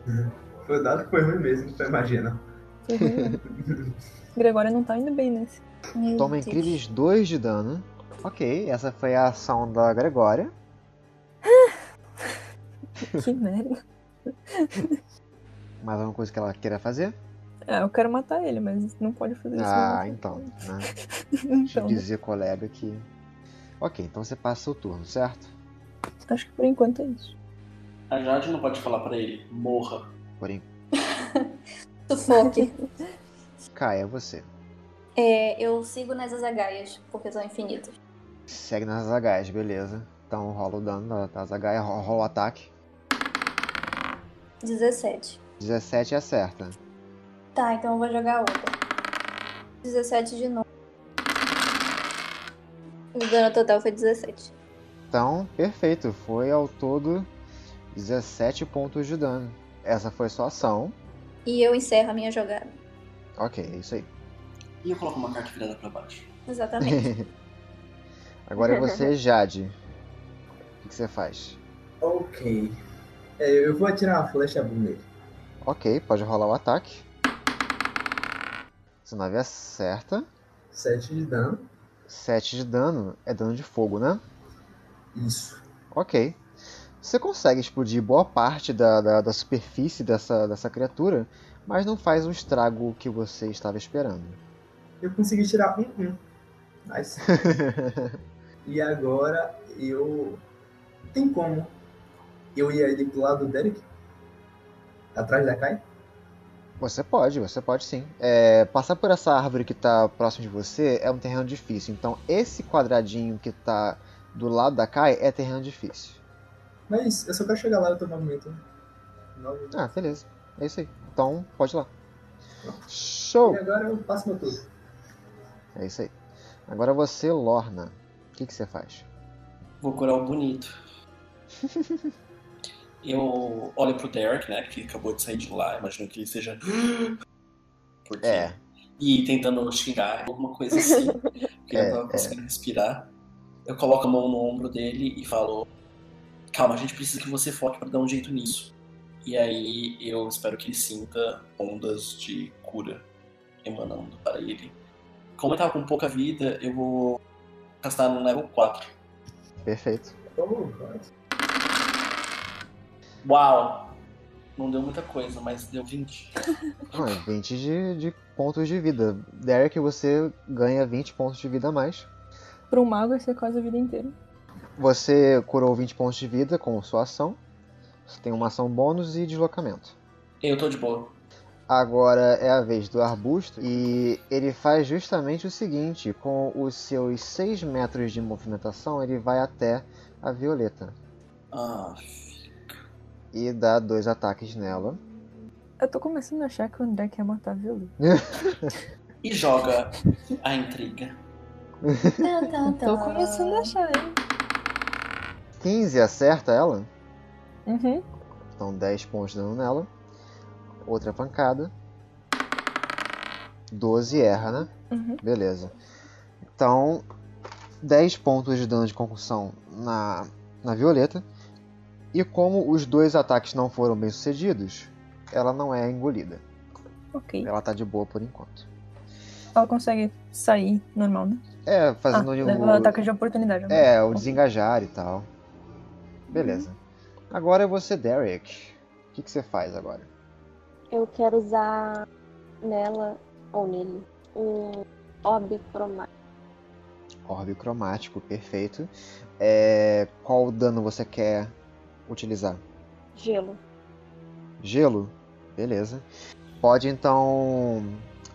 Speaker 5: Foi dado que foi ruim mesmo, então não foi magia, não.
Speaker 3: Vocês viram? Gregória Uhum. não tá indo bem nesse.
Speaker 2: Meu
Speaker 1: Toma
Speaker 2: Deus.
Speaker 1: incríveis 2 de dano. Ok, essa foi a ação da Gregória.
Speaker 3: Que merda.
Speaker 1: Mais alguma coisa que ela queira fazer?
Speaker 3: Ah, eu quero matar ele, mas não pode fazer isso.
Speaker 1: Ah,
Speaker 3: não.
Speaker 1: então. né? Deixa eu
Speaker 3: então,
Speaker 1: dizer, colega, que. Ok, então você passa o turno, certo?
Speaker 3: acho que por enquanto é isso.
Speaker 6: A Jade não pode falar pra ele, morra.
Speaker 1: Porém,
Speaker 2: Sufoque.
Speaker 1: Kai, é você.
Speaker 2: É, eu sigo nas azagaias, porque são infinitas.
Speaker 1: Segue nas zagais, beleza. Então rola o dano da, da zagaia, ro- rola o ataque.
Speaker 2: 17.
Speaker 1: 17 acerta.
Speaker 2: Tá, então eu vou jogar outra. 17 de novo. O dano total foi 17.
Speaker 1: Então, perfeito. Foi ao todo 17 pontos de dano. Essa foi sua ação.
Speaker 2: E eu encerro a minha jogada.
Speaker 1: Ok, é isso aí.
Speaker 6: E eu coloco uma carta virada pra baixo.
Speaker 2: Exatamente.
Speaker 1: Agora é você, Jade. O que você faz?
Speaker 5: Ok. É, eu vou atirar uma flecha boom nele.
Speaker 1: Ok, pode rolar o ataque. 19 acerta.
Speaker 5: 7 de dano.
Speaker 1: 7 de dano é dano de fogo, né?
Speaker 5: Isso.
Speaker 1: Ok. Você consegue explodir boa parte da, da, da superfície dessa, dessa criatura, mas não faz o estrago que você estava esperando.
Speaker 5: Eu consegui tirar um 1. Nice. e agora eu. Tem como? Eu ia ali pro lado do Derek? Atrás da Kai?
Speaker 1: Você pode, você pode sim. É, passar por essa árvore que está próximo de você é um terreno difícil. Então, esse quadradinho que está do lado da Kai é terreno difícil.
Speaker 5: Mas eu só quero chegar lá e tomar movimento. né? Nove.
Speaker 1: Ah, beleza. É isso aí. Então, pode ir lá.
Speaker 5: E
Speaker 1: Show!
Speaker 5: agora eu passo meu turno.
Speaker 1: É isso aí. Agora você, Lorna. O que, que você faz?
Speaker 6: Vou curar o bonito. Eu olho pro Derek, né? Que acabou de sair de lá, imagino que ele seja. Porque...
Speaker 1: É.
Speaker 6: E tentando xingar, alguma coisa assim. Porque
Speaker 1: É,
Speaker 6: ele não tava conseguindo respirar. Eu coloco a mão no ombro dele e falo: Calma, a gente precisa que você foque pra dar um jeito nisso. E aí eu espero que ele sinta ondas de cura emanando para ele. Como eu tava com pouca vida, eu vou gastar no level 4.
Speaker 1: Perfeito.
Speaker 5: Oh, God.
Speaker 6: Uau! Não deu muita coisa, mas deu 20.
Speaker 1: Ah, 20 de, de pontos de vida. Derek, você ganha 20 pontos de vida a mais.
Speaker 3: Pra um mago, isso é quase a vida inteira.
Speaker 1: Você curou 20 pontos de vida com sua ação. Você tem uma ação bônus e deslocamento.
Speaker 6: Eu tô de boa.
Speaker 1: Agora é a vez do arbusto e ele faz justamente o seguinte: com os seus 6 metros de movimentação, ele vai até a Violeta
Speaker 6: Ah,
Speaker 1: e dá dois ataques nela.
Speaker 3: Eu tô começando a achar que o André quer matar a Violeta.
Speaker 6: e joga a intriga.
Speaker 2: Tan, tan,
Speaker 3: Tô
Speaker 2: tan.
Speaker 3: começando a achar, hein?
Speaker 1: 15 acerta ela,
Speaker 3: Uhum.
Speaker 1: então 10 pontos de dano nela. Outra pancada. 12 erra, né?
Speaker 3: Uhum.
Speaker 1: Beleza. Então, 10 pontos de dano de concussão na, na Violeta. E como os dois ataques não foram bem sucedidos, ela não é engolida.
Speaker 3: Ok.
Speaker 1: Ela tá de boa por enquanto.
Speaker 3: Ela consegue sair normal, né?
Speaker 1: É,
Speaker 3: Ah,
Speaker 1: fazendo
Speaker 3: leva o ataque de oportunidade. né?
Speaker 1: É, o desengajar e tal.
Speaker 3: Uhum.
Speaker 1: Beleza. Agora é você, Derek. O que, que você faz agora?
Speaker 7: Eu quero usar nela, ou nele, um orbe cromático.
Speaker 1: Orbe cromático, perfeito. É, qual dano você quer utilizar?
Speaker 7: Gelo.
Speaker 1: Gelo? Beleza. Pode então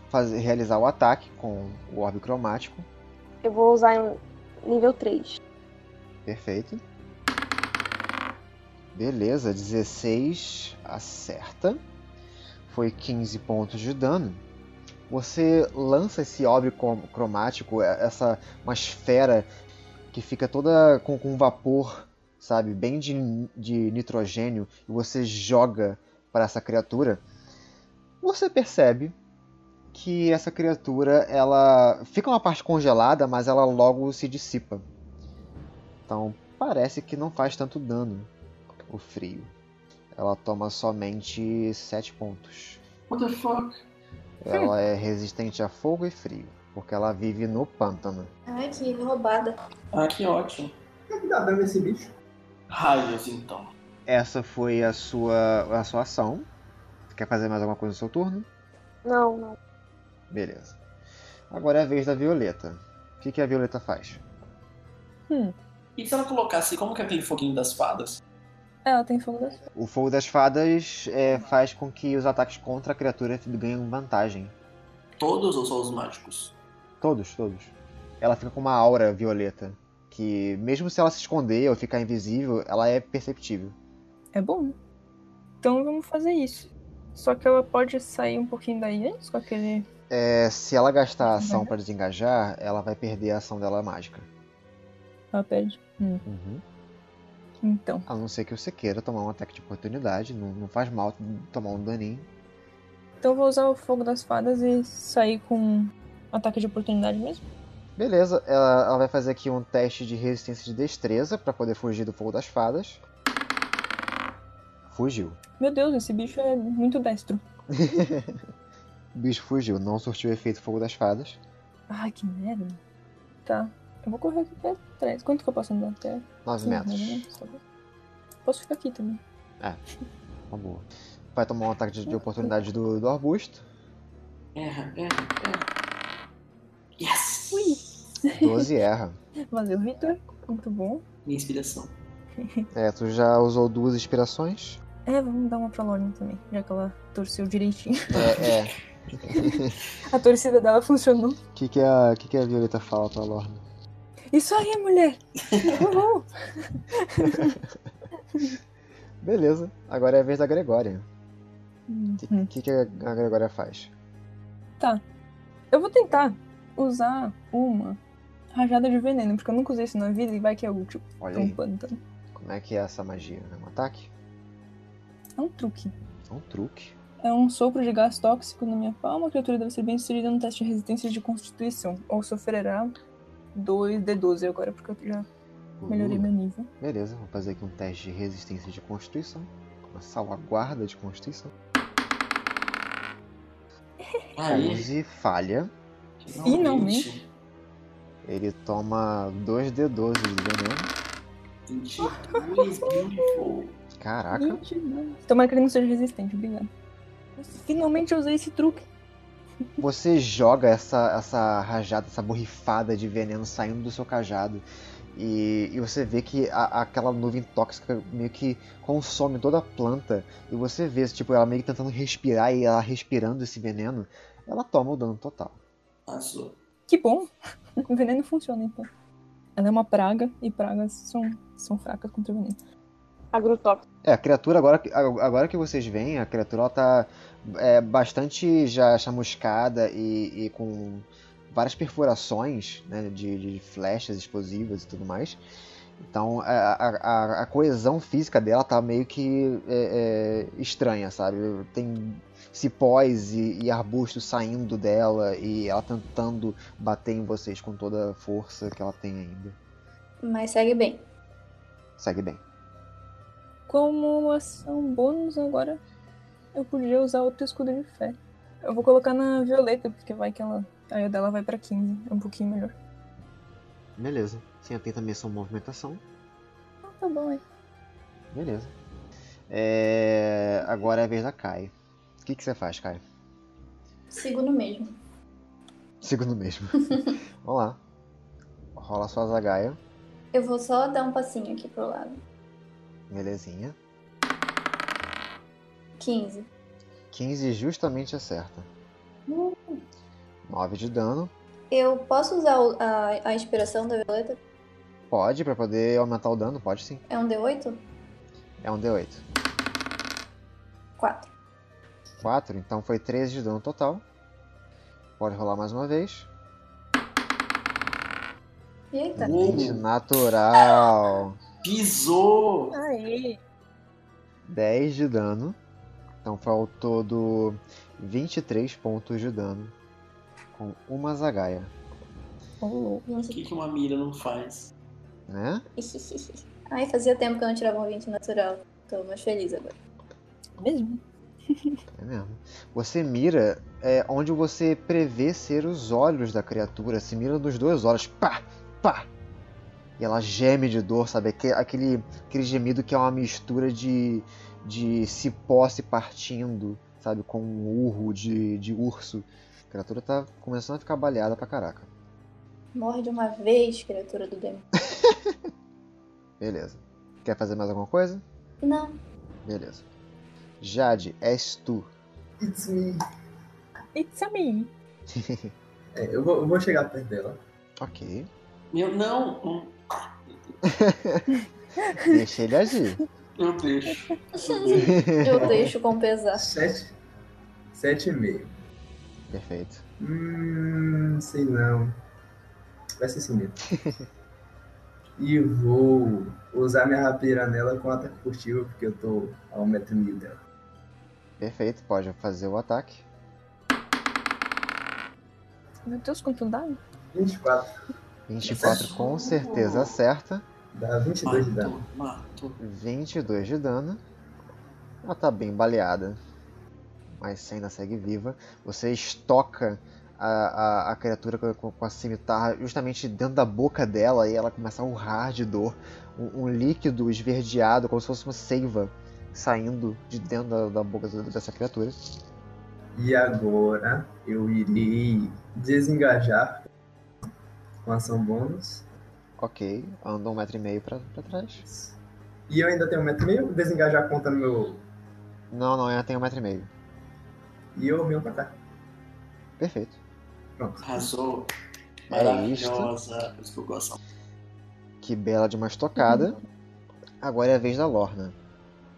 Speaker 1: fazer, realizar o ataque com o orbe cromático.
Speaker 7: Eu vou usar em nível 3.
Speaker 1: Perfeito. Beleza, 16 acerta. Foi 15 pontos de dano. Você lança esse orbe crom- cromático, é- essa uma esfera que fica toda com, com vapor, sabe, bem de, de nitrogênio, e você joga para essa criatura. Você percebe que essa criatura, ela fica uma parte congelada, mas ela logo se dissipa. Então parece que não faz tanto dano o frio. Ela toma somente 7 pontos.
Speaker 6: What the fuck?
Speaker 1: Ela é resistente a fogo e frio, porque ela vive no pântano.
Speaker 2: Ai, que roubada.
Speaker 6: Ah, que ótimo.
Speaker 5: Como é que dá dano nesse bicho?
Speaker 6: Raios, então.
Speaker 1: Essa foi a sua, a sua ação. Quer fazer mais alguma coisa no seu turno?
Speaker 7: Não, não.
Speaker 1: Beleza. Agora é a vez da Violeta. O que, que a Violeta faz?
Speaker 6: E se ela colocasse, como que é aquele foguinho das fadas?
Speaker 1: É.
Speaker 3: É, Ela tem fogo das
Speaker 1: O fogo das fadas é, faz com que os ataques contra a criatura ganhem vantagem.
Speaker 6: Todos ou só os mágicos?
Speaker 1: Todos, todos. Ela fica com uma aura violeta. Que mesmo se ela se esconder ou ficar invisível, ela é perceptível.
Speaker 3: É bom. Então vamos fazer isso. Só que ela pode sair um pouquinho daí antes com aquele.
Speaker 1: É, se ela gastar a ação pra desengajar, ela vai perder a ação dela mágica.
Speaker 3: Ela perde.
Speaker 1: Uhum.
Speaker 3: Então.
Speaker 1: A não ser que você queira tomar um ataque de oportunidade, não, não faz mal tomar um daninho.
Speaker 3: Então eu vou usar o fogo das fadas e sair com um ataque de oportunidade mesmo.
Speaker 1: Beleza, ela, ela vai fazer aqui um teste de resistência de destreza pra poder fugir do fogo das fadas. Fugiu.
Speaker 3: Meu Deus, esse bicho é muito destro.
Speaker 1: O bicho fugiu, não surtiu efeito fogo das fadas.
Speaker 3: Ai, que merda. Tá. Eu vou correr aqui até trás. Quanto que eu posso andar até?
Speaker 1: 9
Speaker 3: Sim,
Speaker 1: metros.
Speaker 3: mais ou menos, tá bom. Posso ficar aqui também.
Speaker 1: Uma boa. Vai tomar um ataque de, de oportunidade do, do arbusto.
Speaker 6: Erra, erra, erra. Yes!
Speaker 1: 12 erra.
Speaker 3: Valeu, Victor. Muito bom.
Speaker 6: Minha inspiração.
Speaker 1: É, tu já usou duas inspirações.
Speaker 3: É, vamos dar uma pra Lauren também, já que ela torceu direitinho.
Speaker 1: É, é.
Speaker 3: A torcida dela funcionou.
Speaker 1: O que, que, a, que, que a Violeta fala pra Lorna?
Speaker 3: Isso aí, mulher! Uhul!
Speaker 1: Beleza, agora é a vez da Gregória. O
Speaker 3: Uhum.
Speaker 1: que, que a a Gregória faz?
Speaker 3: Eu vou tentar usar uma rajada de veneno, porque eu nunca usei isso na vida e vai que é útil
Speaker 1: Olha
Speaker 3: pra um
Speaker 1: aí,
Speaker 3: pântano.
Speaker 1: como é que é essa magia? É um ataque?
Speaker 3: É um truque.
Speaker 1: É um truque?
Speaker 3: É um sopro de gás tóxico na minha palma. A criatura deve ser bem sucedida no teste de resistência de constituição. Ou sofrerá 2d12 agora, porque eu já melhorei
Speaker 1: Uh,
Speaker 3: meu nível.
Speaker 1: Beleza, vou fazer aqui um teste de resistência de constituição. Uma salvaguarda de constituição.
Speaker 6: Aí,
Speaker 1: 11 falha.
Speaker 6: finalmente.
Speaker 1: Ele toma 2d12 de veneno.
Speaker 6: 22 mil.
Speaker 1: Caraca,
Speaker 3: Tomara que ele não seja resistente, obrigado. Nossa, Finalmente eu usei esse truque.
Speaker 1: Você joga essa, essa rajada, essa borrifada de veneno saindo do seu cajado. E, e você vê que a- aquela nuvem tóxica meio que consome toda a planta. E você vê, tipo, ela meio que tentando respirar e ela respirando esse veneno. Ela toma o dano total.
Speaker 6: Passou.
Speaker 3: Que bom! O veneno funciona, então. Ela é uma praga e pragas são, são fracas contra o veneno.
Speaker 4: Agrotóxico.
Speaker 1: É, a criatura, agora, que- agora que vocês veem, a criatura ela tá é, bastante já chamuscada e, e com várias perfurações né, de, de flechas explosivas e tudo mais. Então a, a- a- a coesão física dela tá meio que é, é, estranha, sabe? Tem cipós e, e arbustos saindo dela e ela tentando bater em vocês com toda a força que ela tem ainda.
Speaker 2: Mas segue bem.
Speaker 1: Segue bem.
Speaker 3: Como ação bônus agora, eu podia usar outro escudo de fé. Eu vou colocar na violeta, porque vai que ela. Aí o dela vai pra 15, é um pouquinho melhor.
Speaker 1: Beleza. Sim, tem também sua movimentação.
Speaker 3: Ah, tá bom, é.
Speaker 1: Beleza. É, Agora é a vez da Kai. O que, que você faz, Kai?
Speaker 2: Sigo no mesmo.
Speaker 1: Segundo mesmo. Vamos lá. Rola sua zagaia.
Speaker 2: Eu vou só dar um passinho aqui pro lado.
Speaker 1: Belezinha.
Speaker 2: 15.
Speaker 1: 15 justamente acerta. 9 de dano.
Speaker 2: Eu posso usar o- a, a inspiração da Violeta?
Speaker 1: Pode, pra poder aumentar o dano, pode sim.
Speaker 2: É um D8?
Speaker 1: É um D8.
Speaker 2: 4.
Speaker 1: 4, então foi 13 de dano total. Pode rolar mais uma vez.
Speaker 2: Eita.
Speaker 6: Uou.
Speaker 1: 20 natural.
Speaker 6: Pisou!
Speaker 3: Aê!
Speaker 1: 10 de dano. Então foi ao todo 23 pontos de dano. Com uma zagaia.
Speaker 3: Oh,
Speaker 6: O que, que uma mira não faz?
Speaker 1: né?
Speaker 2: Ai, fazia tempo que eu não tirava um 20 natural. Tô mais feliz agora.
Speaker 3: mesmo?
Speaker 1: É mesmo. Você mira é, onde você prevê ser os olhos da criatura. Se mira nos dois olhos. Pá! Pá! E ela geme de dor, sabe? Aque- Aquele, aquele gemido que é uma mistura de, de cipó se partindo, sabe? Com um urro de, de urso. A criatura tá começando a ficar baleada pra caraca.
Speaker 2: Morre de uma vez, criatura do demônio.
Speaker 1: Beleza. Quer fazer mais alguma coisa?
Speaker 2: Não.
Speaker 1: Beleza. Jade, és tu.
Speaker 5: It's me.
Speaker 3: It's a me.
Speaker 5: É, eu, vou, eu vou chegar perto dela.
Speaker 1: Ok.
Speaker 6: Meu, não, não,
Speaker 1: Deixa ele agir.
Speaker 6: eu deixo.
Speaker 2: Eu deixo com pesar.
Speaker 5: Tá Sete. Sete e meio.
Speaker 1: Perfeito.
Speaker 5: Hum, sei não. Vai ser isso mesmo. e vou usar minha rapira nela com ataque furtivo, porque eu tô a um metro e meio dela.
Speaker 1: Perfeito, pode fazer o ataque.
Speaker 3: Meu Deus, quanto dá?
Speaker 5: 24.
Speaker 1: 24 com certeza acerta.
Speaker 5: Dá 22 de dano.
Speaker 6: Matou, matou.
Speaker 1: 22 de dano. Ela tá bem baleada. Mas você ainda segue viva. Você estoca a, a, a criatura com, com- com a cimitarra justamente dentro da boca dela e ela começa a urrar de dor. Um, um líquido esverdeado, como se fosse uma seiva, saindo de dentro da, da boca dessa criatura.
Speaker 5: E agora eu irei desengajar com ação bônus.
Speaker 1: Ok, anda um metro e meio pra, pra trás.
Speaker 5: E eu ainda tenho um metro e meio, desengajar conta no meu.
Speaker 1: Não, não, ainda tem um metro e meio.
Speaker 5: E eu venho pra cá.
Speaker 1: Perfeito.
Speaker 5: Pronto.
Speaker 6: Arrasou.
Speaker 1: É isto.
Speaker 6: Maravilhosa. Por isso que eu gosto.
Speaker 1: Que bela de uma estocada. Agora é a vez da Lorna.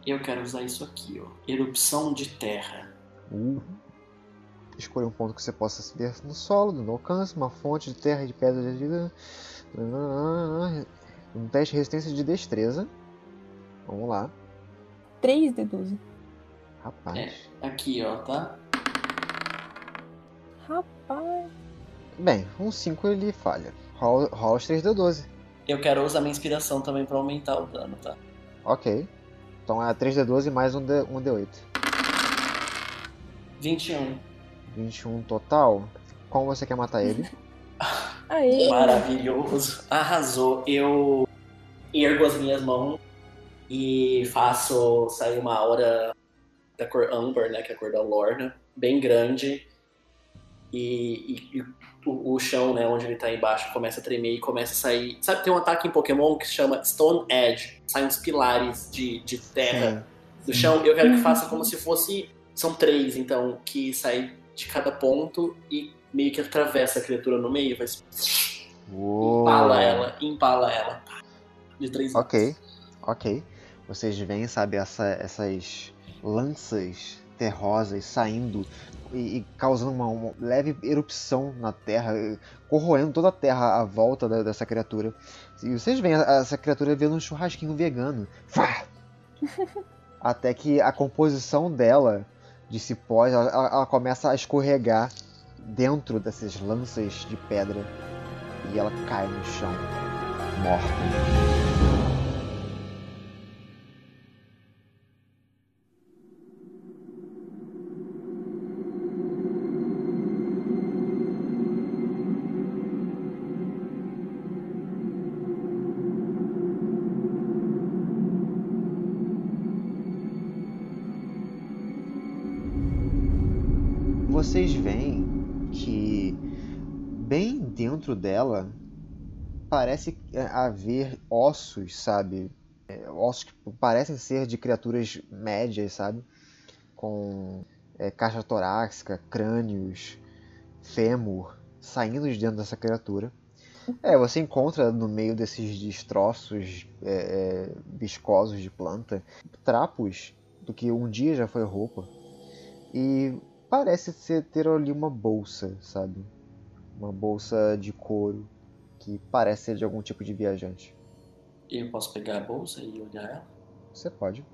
Speaker 6: Eu quero usar isso aqui, ó. Erupção de terra.
Speaker 1: Uhum. Escolha um ponto que você possa se ver no solo, no alcance, uma fonte de terra, de pedra, de... Um teste de resistência de destreza. Vamos lá.
Speaker 3: 3 de 12.
Speaker 1: Rapaz.
Speaker 6: É. Aqui, ó, tá?
Speaker 3: Rapaz.
Speaker 1: Bem, um 5 ele falha. Rola rola os 3D12.
Speaker 6: Eu quero usar minha inspiração também pra aumentar o dano, tá?
Speaker 1: Ok. Então é 3D12 mais um, D, um D8.
Speaker 6: 21.
Speaker 1: 21 total. Como você quer matar ele?
Speaker 3: Aí.
Speaker 6: Maravilhoso. Arrasou. Eu ergo as minhas mãos e faço sair uma aura da cor Amber, né? Que é a cor da Lorna, bem grande. E, e- e o, o chão, né, onde ele tá embaixo, começa a tremer e começa a sair. Sabe, tem um ataque em Pokémon que se chama Stone Edge. Saem uns pilares de, de terra do chão. Eu quero que faça como se fosse. São três, então, que saem de cada ponto e meio que atravessa a criatura no meio, vai
Speaker 1: Uou.
Speaker 6: Empala ela, empala ela. tá? De três
Speaker 1: Ok,
Speaker 6: lados.
Speaker 1: ok. Vocês veem, sabe, essa- essas lanças terrosas saindo e, e causando uma, uma leve erupção na terra, eh, corroendo toda a terra à volta da- dessa criatura. E vocês veem a- essa criatura vendo um churrasquinho vegano. Fá! Até que a composição dela de cipós, ela- ela- ela começa a escorregar dentro dessas lanças de pedra e ela cai no chão, morta. vocês veem que bem dentro dela parece é, haver ossos, sabe? É, ossos que parecem ser de criaturas médias, sabe? Com é, caixa torácica, crânios, fêmur saindo de dentro dessa criatura. É, você encontra no meio desses destroços é, é, viscosos de planta trapos do que um dia já foi roupa. E parece ser ter ali uma bolsa, sabe? Uma bolsa de couro que parece ser de algum tipo de viajante.
Speaker 6: Eu posso pegar a bolsa e olhar ela?
Speaker 1: Você pode.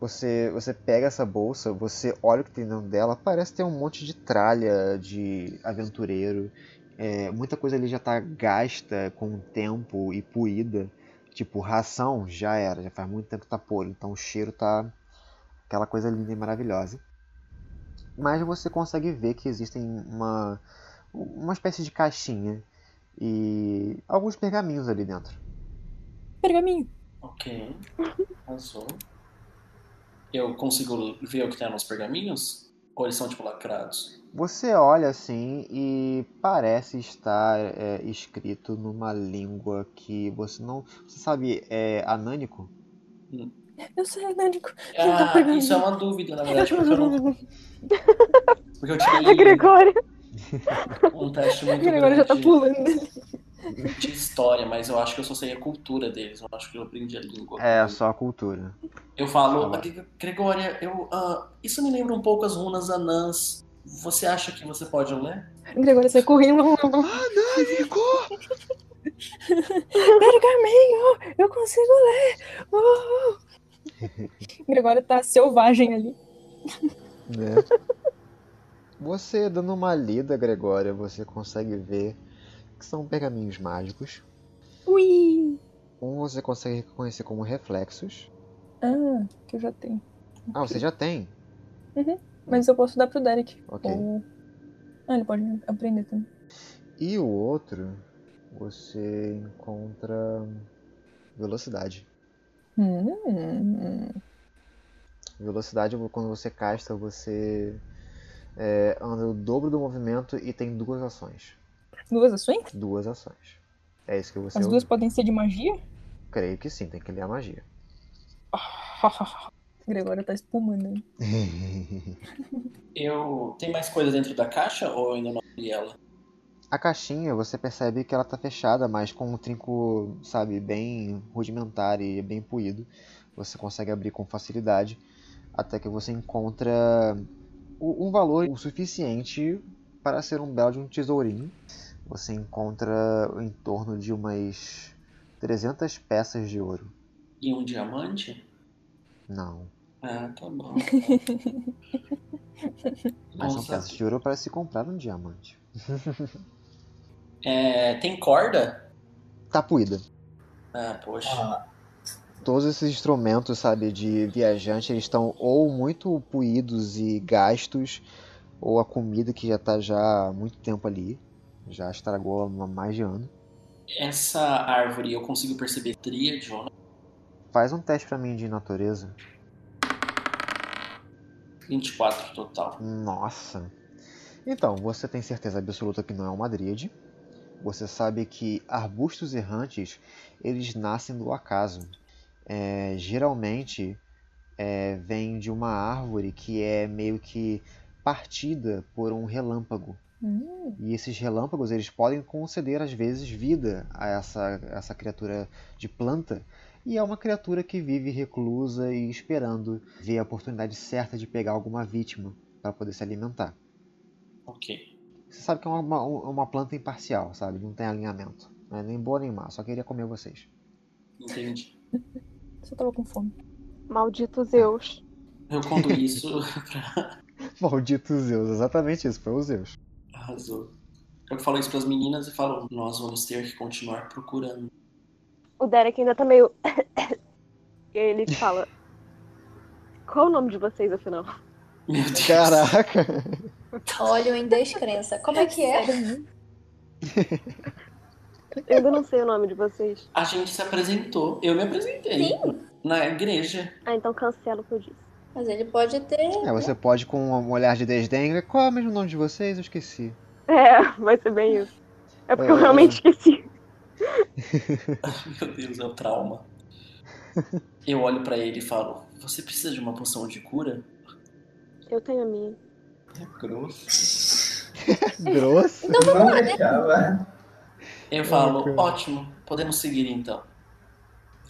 Speaker 1: Você, você pega essa bolsa, você olha o que tem dentro dela, parece ter um monte de tralha de aventureiro. É, muita coisa ali já tá gasta com o tempo e puída. Tipo, ração já era, já faz muito tempo que tá podre, então o cheiro tá aquela coisa linda e maravilhosa. Mas você consegue ver que existem uma, uma espécie de caixinha e alguns pergaminhos ali dentro.
Speaker 3: Pergaminho.
Speaker 6: Ok. Arrasou. Eu consigo ver o que tem nos pergaminhos? Ou eles são, tipo, lacrados?
Speaker 1: Você olha assim e parece estar é, escrito numa língua que você não. Você sabe, é anânico?
Speaker 3: Eu sou Hernânico. tá
Speaker 6: Ah,
Speaker 3: pegando. tá
Speaker 6: isso é uma dúvida, na verdade, porque eu não... Porque eu tirei
Speaker 4: É Gregório.
Speaker 6: um teste muito
Speaker 3: Agora já tá
Speaker 6: grande
Speaker 3: pulando.
Speaker 6: de história, mas eu acho que eu só sei a cultura deles, eu acho que eu aprendi a língua.
Speaker 1: É, só a cultura.
Speaker 6: Eu falo,
Speaker 1: Ah.
Speaker 6: "Gre- Gregória, eu, ah, isso me lembra um pouco as runas anãs. Você acha que você pode ler?
Speaker 3: Gregório sai correndo.
Speaker 1: Anânico!
Speaker 3: Pergaminho! Eu consigo ler! Uh! Gregório tá selvagem ali.
Speaker 1: né? É. Você dando uma lida, Gregória, você consegue ver que são pergaminhos mágicos.
Speaker 3: Ui!
Speaker 1: Um você consegue reconhecer como reflexos.
Speaker 3: Ah, que eu já tenho.
Speaker 1: Ah, você já tem.
Speaker 3: Mas eu posso dar pro Derek.
Speaker 1: Ok.
Speaker 3: Ou- Ah, ele pode aprender também.
Speaker 1: E o outro, você encontra velocidade.
Speaker 3: Hum.
Speaker 1: Velocidade, quando você casta, você é, anda o dobro do movimento e tem duas ações.
Speaker 3: Duas ações?
Speaker 1: Duas ações. É isso que você
Speaker 3: As duas podem ser de magia?
Speaker 1: creio que sim, tem que ler a magia.
Speaker 3: Gregório tá espumando. ali.
Speaker 6: Eu. Tem mais coisa dentro da caixa ou eu ainda não abri ela?
Speaker 1: A caixinha, você percebe que ela tá fechada, mas com um trinco, sabe, bem rudimentar e bem puído. Você consegue abrir com facilidade, até que você encontra o- um valor o suficiente para ser um belo de um tesourinho. Você encontra em torno de umas 300 peças de ouro.
Speaker 6: E um diamante?
Speaker 1: Não,
Speaker 6: Ah, tá bom.
Speaker 1: mas são
Speaker 6: Nossa.
Speaker 1: peças um de ouro para se comprar um diamante.
Speaker 6: É, tem corda?
Speaker 1: Tá puída.
Speaker 6: Ah, poxa.
Speaker 5: Ah,
Speaker 1: todos esses instrumentos, sabe, de viajante, eles estão ou muito puídos e gastos, ou a comida que já tá já há muito tempo ali, já estragou há mais de ano.
Speaker 6: Essa árvore eu consigo perceber tríade ou não?
Speaker 1: Faz um teste pra mim de natureza.
Speaker 6: 24 total.
Speaker 1: Nossa. Então, você tem certeza absoluta que não é um Madrid. Você sabe que arbustos errantes, eles nascem do acaso. É, geralmente, é, vem de uma árvore que é meio que partida por um relâmpago.
Speaker 3: Hum.
Speaker 1: E esses relâmpagos, eles podem conceder às vezes vida a essa, essa criatura de planta. E é uma criatura que vive reclusa e esperando ver a oportunidade certa de pegar alguma vítima para poder se alimentar.
Speaker 6: Ok.
Speaker 1: Você sabe que é uma, uma- uma planta imparcial, sabe? Não tem alinhamento. Não é nem boa nem má, só queria comer vocês.
Speaker 6: Entendi.
Speaker 3: Só tava com fome.
Speaker 4: Maldito Zeus.
Speaker 6: Eu conto isso
Speaker 1: Maldito Zeus, exatamente isso, foi o Zeus.
Speaker 6: Arrasou. Eu falo isso pras meninas e falo, nós vamos ter que continuar procurando.
Speaker 4: O Derek ainda tá meio. e aí ele fala. Qual o nome de vocês, afinal?
Speaker 6: Meu Deus.
Speaker 1: Caraca!
Speaker 2: Olho em descrença. Como é que é?
Speaker 3: Sério mesmo?
Speaker 4: Eu ainda não sei o nome de vocês.
Speaker 6: A gente se apresentou. Eu me apresentei. Na igreja.
Speaker 4: Ah, então cancela o que eu disse.
Speaker 2: Mas ele pode ter.
Speaker 1: É, você pode com um olhar de desdém. Qual é o mesmo nome de vocês? Eu esqueci.
Speaker 4: É, vai ser bem isso. É porque eu
Speaker 1: É.
Speaker 4: realmente esqueci.
Speaker 6: Meu Deus, é o trauma. Eu olho pra ele e falo, você precisa de uma poção de cura?
Speaker 4: Eu tenho a minha.
Speaker 6: É grosso.
Speaker 1: Grosso?
Speaker 5: Ah, não deixava.
Speaker 6: Eu falo,
Speaker 1: cara.
Speaker 6: ótimo, podemos seguir então.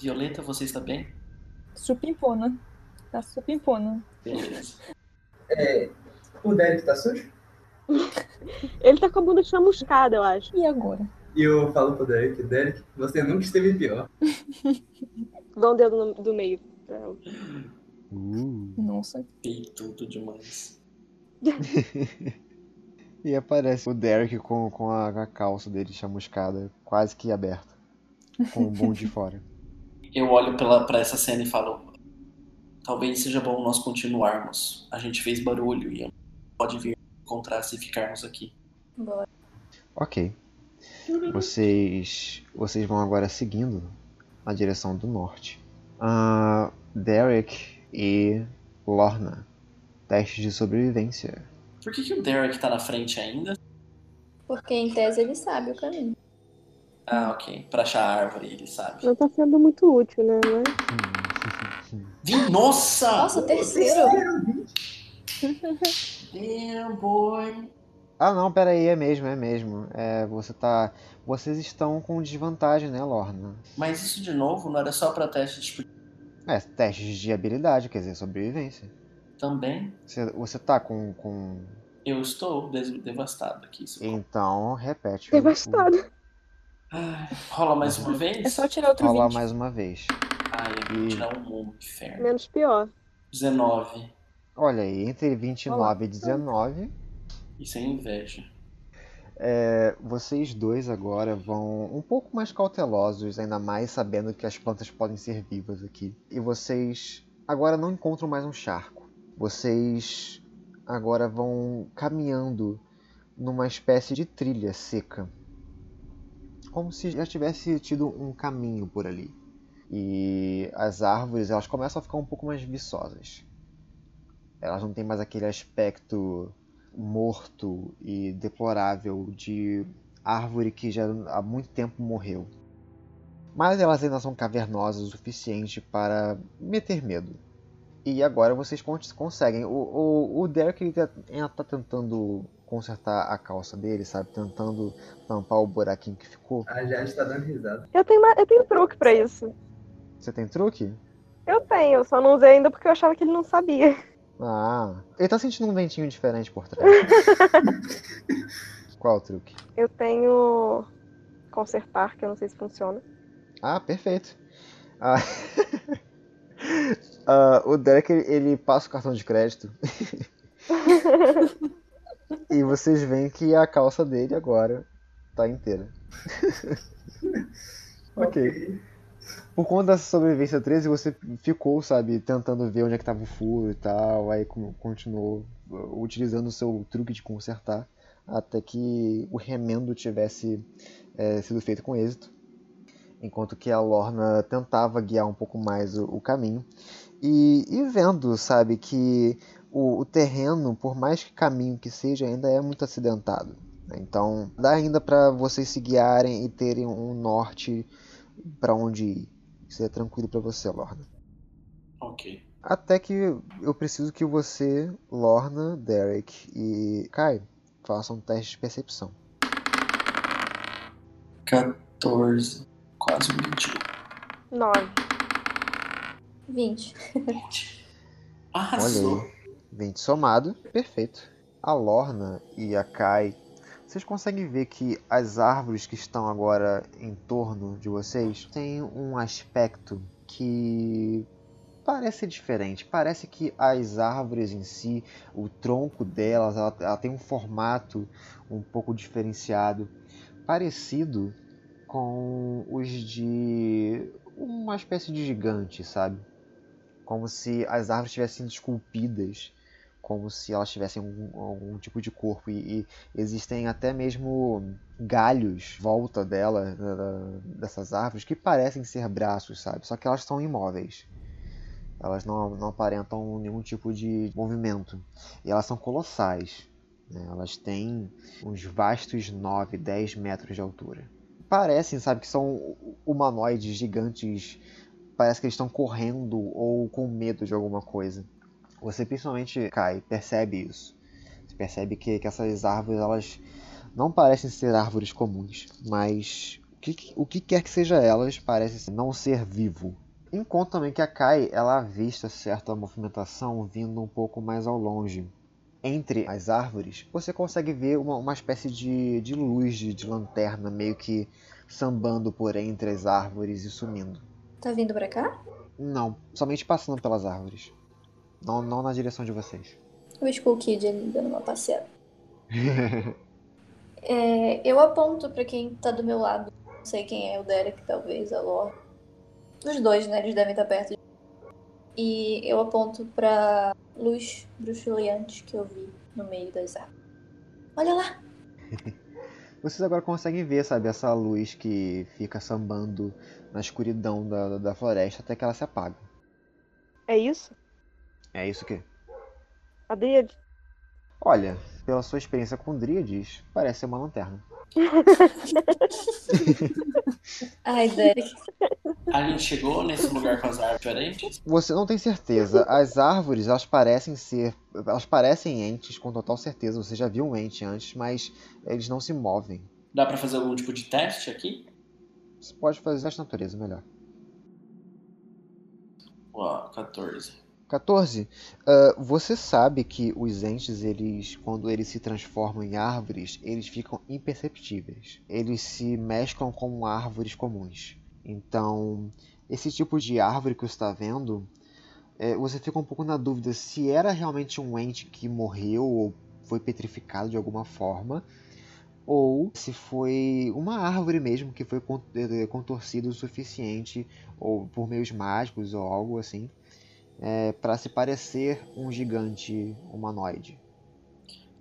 Speaker 6: Violeta, você está bem?
Speaker 3: Supimpona. Tá supimpona.
Speaker 6: Beleza.
Speaker 5: É, o Derek tá sujo?
Speaker 4: Ele tá com a bunda chamuscada, eu acho.
Speaker 3: E agora?
Speaker 5: E eu falo pro Derek, Derek, você nunca esteve pior.
Speaker 4: Dá um dedo no- do meio. pra ela.
Speaker 1: Uh.
Speaker 3: Nossa.
Speaker 6: Peitudo demais.
Speaker 1: E aparece o Derek com, com a, a calça dele chamuscada, quase que aberta. Com o bom de fora.
Speaker 6: Eu olho pela, pra essa cena e falo, talvez seja bom nós continuarmos. A gente fez barulho e pode vir encontrar se ficarmos aqui.
Speaker 2: Bora.
Speaker 1: Ok. Vocês. Vocês vão agora seguindo na direção do norte. Ah, Derek e Lorna. Teste de sobrevivência.
Speaker 6: Por que, que o Derek tá na frente ainda?
Speaker 2: Porque em tese ele sabe o caminho.
Speaker 6: Ah, ok. Pra achar a árvore, ele sabe.
Speaker 4: Não tá sendo muito útil, né? Mas
Speaker 6: Vim, nossa!
Speaker 2: Nossa, o terceiro!
Speaker 6: Damn, boy!
Speaker 1: Ah não, pera aí, é mesmo, é mesmo. É, você tá. Vocês estão com desvantagem, né, Lorna?
Speaker 6: Mas isso de novo não era só pra teste tipo,
Speaker 1: É, testes de habilidade, quer dizer, sobrevivência.
Speaker 6: também?
Speaker 1: Você, você tá com, com.
Speaker 6: Eu estou des- devastado aqui. se eu-
Speaker 1: Então, repete.
Speaker 4: É
Speaker 1: o-
Speaker 4: devastado.
Speaker 6: Ai, rola mais uma vez?
Speaker 3: É só tirar
Speaker 1: o-
Speaker 3: outro
Speaker 1: Rolar
Speaker 3: 20.
Speaker 1: mais uma vez.
Speaker 6: Ai, eu
Speaker 1: Hum.
Speaker 6: vou tirar um mundo, inferno.
Speaker 4: Menos pior.
Speaker 6: 19.
Speaker 1: Olha aí, entre 29 e 19,
Speaker 6: Isso é inveja.
Speaker 1: é, vocês dois agora vão um pouco mais cautelosos, ainda mais sabendo que as plantas podem ser vivas aqui. E vocês agora não encontram mais um charco. Vocês agora vão caminhando numa espécie de trilha seca. Como se já tivesse tido um caminho por ali. E as árvores, elas começam a ficar um pouco mais viçosas. Elas não têm mais aquele aspecto morto e deplorável de árvore que já há muito tempo morreu. Mas elas ainda são cavernosas o suficiente para meter medo. E agora vocês con- conseguem. O, o, o Derek ele tá- ainda está tentando consertar a calça dele, sabe? Tentando tampar o buraquinho que ficou.
Speaker 5: A Jade tá dando risada.
Speaker 4: Eu tenho, ma- eu tenho um truque pra isso.
Speaker 1: Você tem truque?
Speaker 4: Eu tenho, eu só não usei ainda porque eu achava que ele não sabia.
Speaker 1: Ah, ele tá sentindo um ventinho diferente por trás. Qual o truque?
Speaker 4: Eu tenho consertar, que eu não sei se funciona.
Speaker 1: Ah, perfeito. Ah, ah, o Derek, ele- ele passa o cartão de crédito. e vocês veem que a calça dele agora tá inteira. ok. Por conta dessa sobrevivência 13, você ficou, sabe, tentando ver onde é que tava o furo e tal. Aí con- continuou uh, utilizando o seu truque de consertar até que o remendo tivesse eh, sido feito com êxito enquanto que a Lorna tentava guiar um pouco mais o, o caminho. E, e vendo, sabe, que o, o terreno, por mais que caminho que seja, ainda é muito acidentado. né? Então, dá ainda para vocês se guiarem e terem um norte para onde ir. Isso é tranquilo para você, Lorna.
Speaker 6: Ok.
Speaker 1: Até que eu preciso que você, Lorna, Derek e Kai façam um teste de percepção.
Speaker 6: 14. Quase um 21.
Speaker 4: Nove.
Speaker 2: 20.
Speaker 1: Olha
Speaker 6: Arrasou.
Speaker 1: aí. 20 somado, perfeito. A Lorna e a Kai, vocês conseguem ver que as árvores que estão agora em torno de vocês têm um aspecto que parece diferente. Parece que as árvores em si, o tronco delas, ela, ela tem um formato um pouco diferenciado, parecido com os de uma espécie de gigante, sabe? como se as árvores tivessem sido esculpidas, como se elas tivessem algum, algum tipo de corpo. E, e existem até mesmo galhos em volta dela, da- da- dessas árvores, que parecem ser braços, sabe? Só que elas são imóveis. Elas não, não aparentam nenhum tipo de movimento. E elas são colossais. né? Elas têm uns vastos 9, 10 metros de altura. Parecem, sabe, que são humanoides gigantes parece que eles estão correndo ou com medo de alguma coisa. Você principalmente, Kai, percebe isso. Você percebe que, que essas árvores, elas não parecem ser árvores comuns, mas o que, o que quer que seja elas, parece não ser vivo. Enquanto também que a Kai, ela avista certa movimentação vindo um pouco mais ao longe. Entre as árvores, você consegue ver uma, uma espécie de, de luz, de, de lanterna, meio que sambando por entre as árvores e sumindo.
Speaker 2: Tá vindo pra cá?
Speaker 1: Não, somente passando pelas árvores. Não, não na direção de vocês.
Speaker 2: O School Kid ali dando uma passeada. É, eu aponto pra quem tá do meu lado. Não sei quem é, o Derek, talvez, a Lore. Os dois, né? Eles devem estar perto. de- E eu aponto pra luz bruxuleante que eu vi no meio das árvores. Olha lá!
Speaker 1: Vocês agora conseguem ver, sabe, essa luz que fica sambando na escuridão da, da floresta até que ela se apaga.
Speaker 4: É isso?
Speaker 1: É isso que.
Speaker 4: A Dríade?
Speaker 1: Olha, pela sua experiência com Dríades, parece ser uma lanterna.
Speaker 2: Ai, Derek.
Speaker 6: A gente chegou nesse lugar com as árvores diferentes?
Speaker 1: Você não tem certeza. As árvores, elas parecem ser. Elas parecem entes com total certeza. Você já viu um ente antes, mas eles não se movem.
Speaker 6: Dá pra fazer algum tipo de teste aqui?
Speaker 1: Você pode fazer essa natureza melhor.
Speaker 6: Ó, 14.
Speaker 1: 14. Ah, você sabe que os entes, eles, quando eles se transformam em árvores, eles ficam imperceptíveis. Eles se mesclam com árvores comuns. Então, esse tipo de árvore que você está vendo, eh, você fica um pouco na dúvida se era realmente um ente que morreu ou foi petrificado de alguma forma, ou se foi uma árvore mesmo que foi con- eh, contorcida o suficiente, ou por meios mágicos ou algo assim para se parecer um gigante humanoide.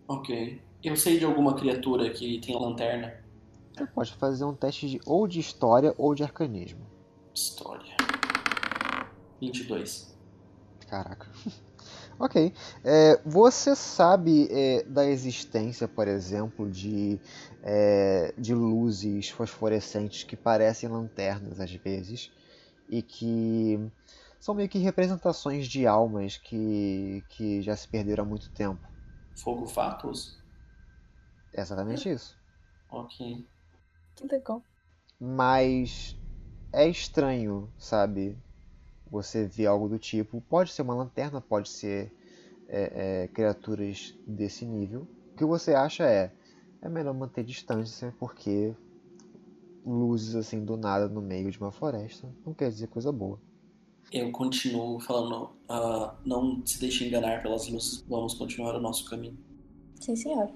Speaker 6: Ok. Eu sei de alguma criatura que tem lanterna.
Speaker 1: Você pode fazer um teste de, ou de história ou de arcanismo.
Speaker 6: História. 22.
Speaker 1: Caraca. ok. É, você sabe é, da existência, por exemplo, de, é, de luzes fosforescentes que parecem lanternas às vezes e que são meio que representações de almas que, que já se perderam há muito tempo.
Speaker 6: Fogo Fatos?
Speaker 1: É exatamente isso.
Speaker 6: Ok.
Speaker 3: Que legal.
Speaker 1: mas é estranho, sabe? Você ver algo do tipo. Pode ser uma lanterna, pode ser é, é, criaturas desse nível. O que você acha é é melhor manter distância porque luzes assim do nada no meio de uma floresta não quer dizer coisa boa.
Speaker 6: Eu continuo falando, ah, não se deixe enganar pelas luzes, vamos continuar o nosso caminho.
Speaker 2: Sim, senhora.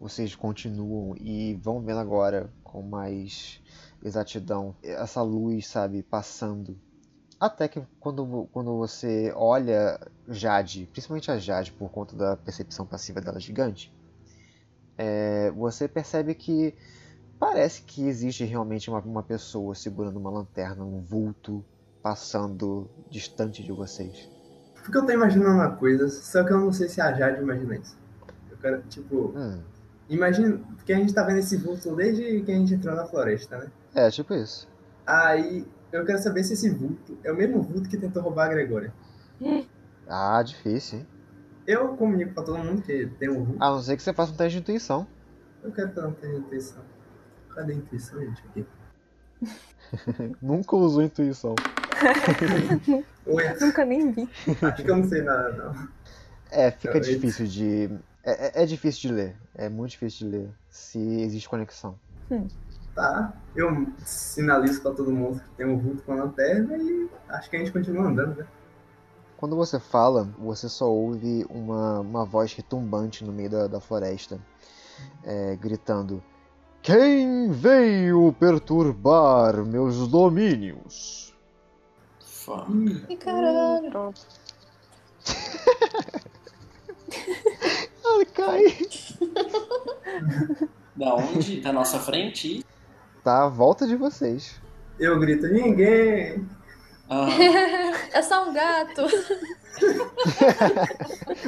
Speaker 1: Vocês continuam e vão vendo agora com mais exatidão essa luz, sabe, passando. Até que quando, vo- quando você olha Jade, principalmente a Jade por conta da percepção passiva dela gigante, é, você percebe que parece que existe realmente uma, uma pessoa segurando uma lanterna, um vulto, passando distante de vocês.
Speaker 5: Porque eu tô imaginando uma coisa, só que eu não sei se a Jade imagina isso. Eu quero, tipo,
Speaker 1: Hum,
Speaker 5: imagina. Porque a gente tá vendo esse vulto desde que a gente entrou na floresta, né?
Speaker 1: é tipo isso.
Speaker 5: Aí eu quero saber se esse vulto é o mesmo vulto que tentou roubar a Gregória.
Speaker 1: Ah, difícil, hein?
Speaker 5: Eu comunico pra todo mundo que tem um vulto.
Speaker 1: A não ser que você faça um teste de intuição.
Speaker 5: Eu quero perguntar a intuição. Cadê a intuição, gente? Aqui.
Speaker 1: Nunca usou intuição.
Speaker 5: Ué,
Speaker 3: Nunca nem vi.
Speaker 5: é, acho que eu não sei nada, não.
Speaker 1: É, fica
Speaker 5: Talvez.
Speaker 1: difícil de. É, é- é difícil de ler. É muito difícil de ler se existe conexão.
Speaker 5: Tá, eu sinalizo pra todo mundo que tem um vulto com a lanterna e acho que a gente continua andando, né?
Speaker 1: Quando você fala, você só ouve uma, uma voz retumbante no meio da, da floresta, é, gritando: Quem veio perturbar meus domínios?
Speaker 6: Fuck.
Speaker 5: Ih,
Speaker 2: E caralho.
Speaker 4: Pronto.
Speaker 1: Ah, cai!
Speaker 6: Da onde? da nossa frente?
Speaker 1: Tá à volta de vocês.
Speaker 5: Eu grito, ninguém!
Speaker 6: Ah,
Speaker 2: é só um gato.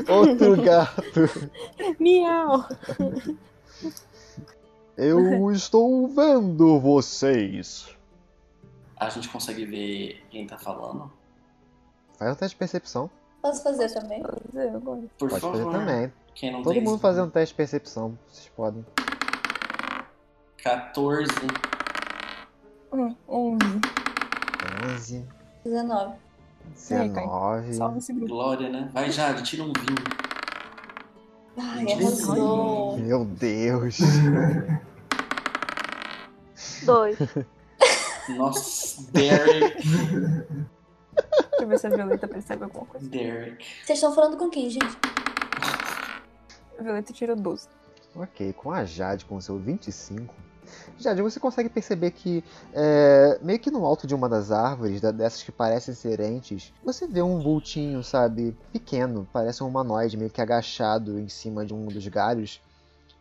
Speaker 1: Outro gato!
Speaker 3: Miau!
Speaker 1: Eu estou vendo vocês!
Speaker 6: a gente consegue ver quem tá falando?
Speaker 1: Faz um teste de percepção.
Speaker 2: Posso fazer também?
Speaker 3: Fazer agora.
Speaker 6: Por
Speaker 1: Pode fazer
Speaker 6: favor.
Speaker 1: também.
Speaker 6: Quem não
Speaker 1: Todo
Speaker 6: tem
Speaker 1: mundo
Speaker 6: isso?
Speaker 1: fazendo teste de percepção, vocês podem.
Speaker 6: 14.
Speaker 3: Hum, 11.
Speaker 1: 11,
Speaker 2: 19.
Speaker 3: Aí, Caio.
Speaker 1: 19.
Speaker 3: Salve esse grupo.
Speaker 6: Glória, né? Vai, Jade, tira um vinho.
Speaker 2: Ai,
Speaker 6: Dezoito.
Speaker 2: arrasou.
Speaker 1: Meu Deus.
Speaker 4: Dois.
Speaker 6: Nossa, Derek.
Speaker 3: Deixa eu ver se a Violeta percebe alguma coisa.
Speaker 6: Derek.
Speaker 2: Vocês estão falando com quem, gente?
Speaker 3: A Violeta tirou 12.
Speaker 1: ok, com a Jade com o seu 25. Jade, você consegue perceber que, é, meio que no alto de uma das árvores, da- dessas que parecem ser entes, você vê um vultinho, sabe, pequeno, parece um humanoide, meio que agachado em cima de um dos galhos,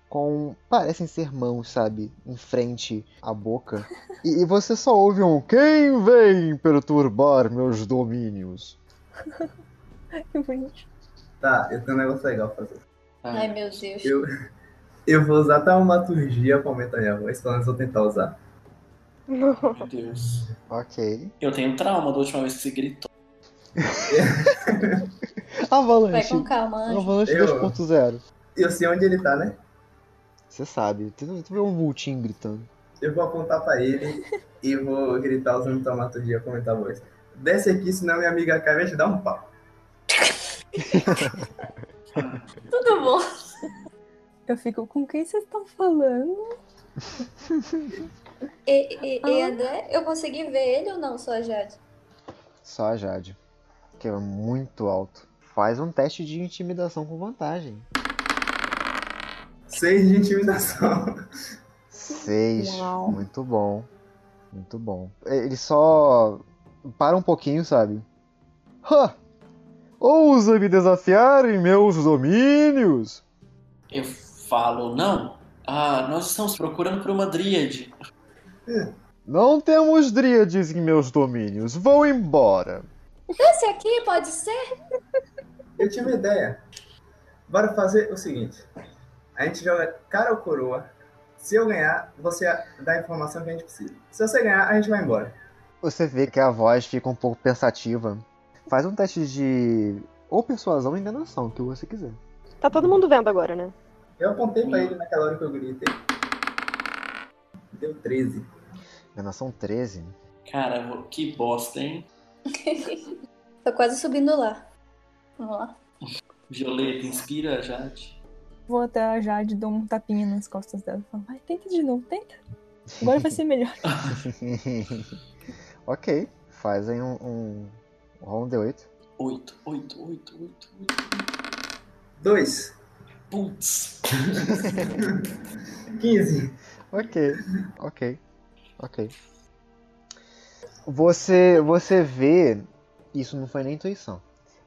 Speaker 1: com, parecem ser mãos, sabe, em frente à boca. E, e você só ouve um, quem vem perturbar meus domínios?
Speaker 3: Que bonito.
Speaker 5: Tá, eu tenho um negócio legal pra fazer.
Speaker 6: Ah,
Speaker 2: Ai, meu Deus.
Speaker 5: Eu, eu vou usar taumaturgia pra aumentar minha voz, pelo menos eu vou tentar usar.
Speaker 6: Meu Deus.
Speaker 1: Ok.
Speaker 6: Eu tenho trauma da última vez que você gritou.
Speaker 2: Vai
Speaker 1: Avalanche.
Speaker 2: com calma, anjo.
Speaker 1: Avalanche
Speaker 5: Eu-
Speaker 1: 2.0.
Speaker 5: E eu sei onde ele tá, né?
Speaker 1: Você sabe, tu, tu vê um vultinho gritando.
Speaker 5: Eu vou apontar pra ele e vou gritar usando taumaturgia pra aumentar a voz. Desce aqui, senão minha amiga Kai vai te dar um pau.
Speaker 2: Tudo bom.
Speaker 3: Eu fico, com quem vocês estão falando?
Speaker 2: E, e, e André, eu consegui ver ele ou não, só a Jade?
Speaker 1: Só a Jade. Que é muito alto. Faz um teste de intimidação com vantagem.
Speaker 5: Seis de intimidação.
Speaker 1: Seis.
Speaker 3: Uau.
Speaker 1: Muito bom. Muito bom. Ele só para um pouquinho, sabe? Ha! Ousa me desafiar em meus domínios?
Speaker 6: Eu falo, não. Ah, nós estamos procurando por uma dríade.
Speaker 1: Não temos dríades em meus domínios. Vou embora.
Speaker 2: Tá, Esse aqui pode ser?
Speaker 5: Eu tive uma ideia. Bora fazer o seguinte. A gente joga cara ou coroa. Se eu ganhar, você dá a informação que a gente precisa. Se você ganhar, a gente vai embora.
Speaker 1: Você vê que a voz fica um pouco pensativa. Faz um teste de ou persuasão ou enganação, o que você quiser.
Speaker 4: Tá todo mundo vendo agora, né?
Speaker 5: Eu apontei pra ele naquela hora que eu gritei. Deu 13.
Speaker 1: Enganação 13.
Speaker 6: Cara, que bosta, hein?
Speaker 2: Tô quase subindo lá. Vamos lá.
Speaker 6: Violeta, inspira, Jade.
Speaker 3: Vou até a Jade, dou um tapinha nas costas dela. Falo, vai, tenta de novo, tenta. Agora vai ser melhor.
Speaker 1: ok. Faz aí um, um roll um D8.
Speaker 6: Oito, oito, oito, oito, oito.
Speaker 5: 2.
Speaker 6: Putz.
Speaker 5: 15.
Speaker 1: Ok, ok, ok. Você, você vê. Isso não foi nem intuição.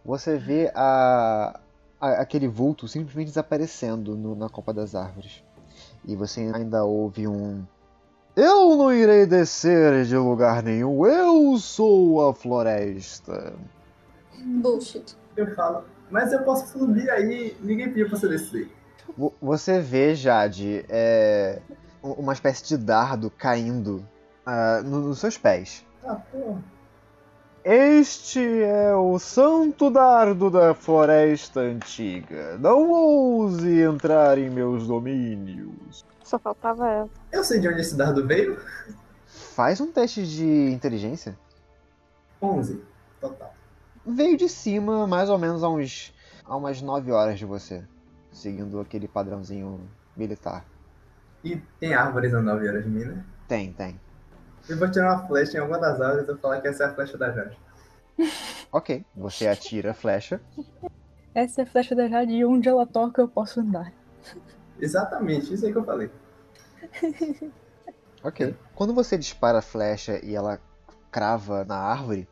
Speaker 1: Você vê a, a- aquele vulto simplesmente desaparecendo no- na copa das árvores. E você ainda ouve um. Eu não irei descer de lugar nenhum, eu sou a floresta.
Speaker 2: Bullshit.
Speaker 5: Eu falo, mas eu posso subir aí. Ninguém pediu pra você descer.
Speaker 1: Vo- Você vê, Jade, é, u- uma espécie de dardo caindo ah, no- nos seus pés.
Speaker 5: Ah, pô.
Speaker 1: Este é o santo dardo da floresta antiga. Não ouse entrar em meus domínios.
Speaker 4: Só faltava ela.
Speaker 5: Eu sei de onde esse dardo veio.
Speaker 1: Faz um teste de inteligência.
Speaker 5: 11. Total.
Speaker 1: Veio de cima, mais ou menos a, uns, a umas 9 horas de você, seguindo aquele padrãozinho militar.
Speaker 5: E tem árvores a 9 horas de mim, né?
Speaker 1: Tem, tem.
Speaker 5: Eu vou tirar uma flecha em alguma das árvores e vou falar que essa é a flecha da Jade.
Speaker 1: Ok, você atira a flecha.
Speaker 3: Essa é a flecha da Jade e onde ela toca eu posso andar.
Speaker 5: Exatamente, isso aí que eu falei.
Speaker 1: Ok. Quando você dispara a flecha e ela crava na árvore,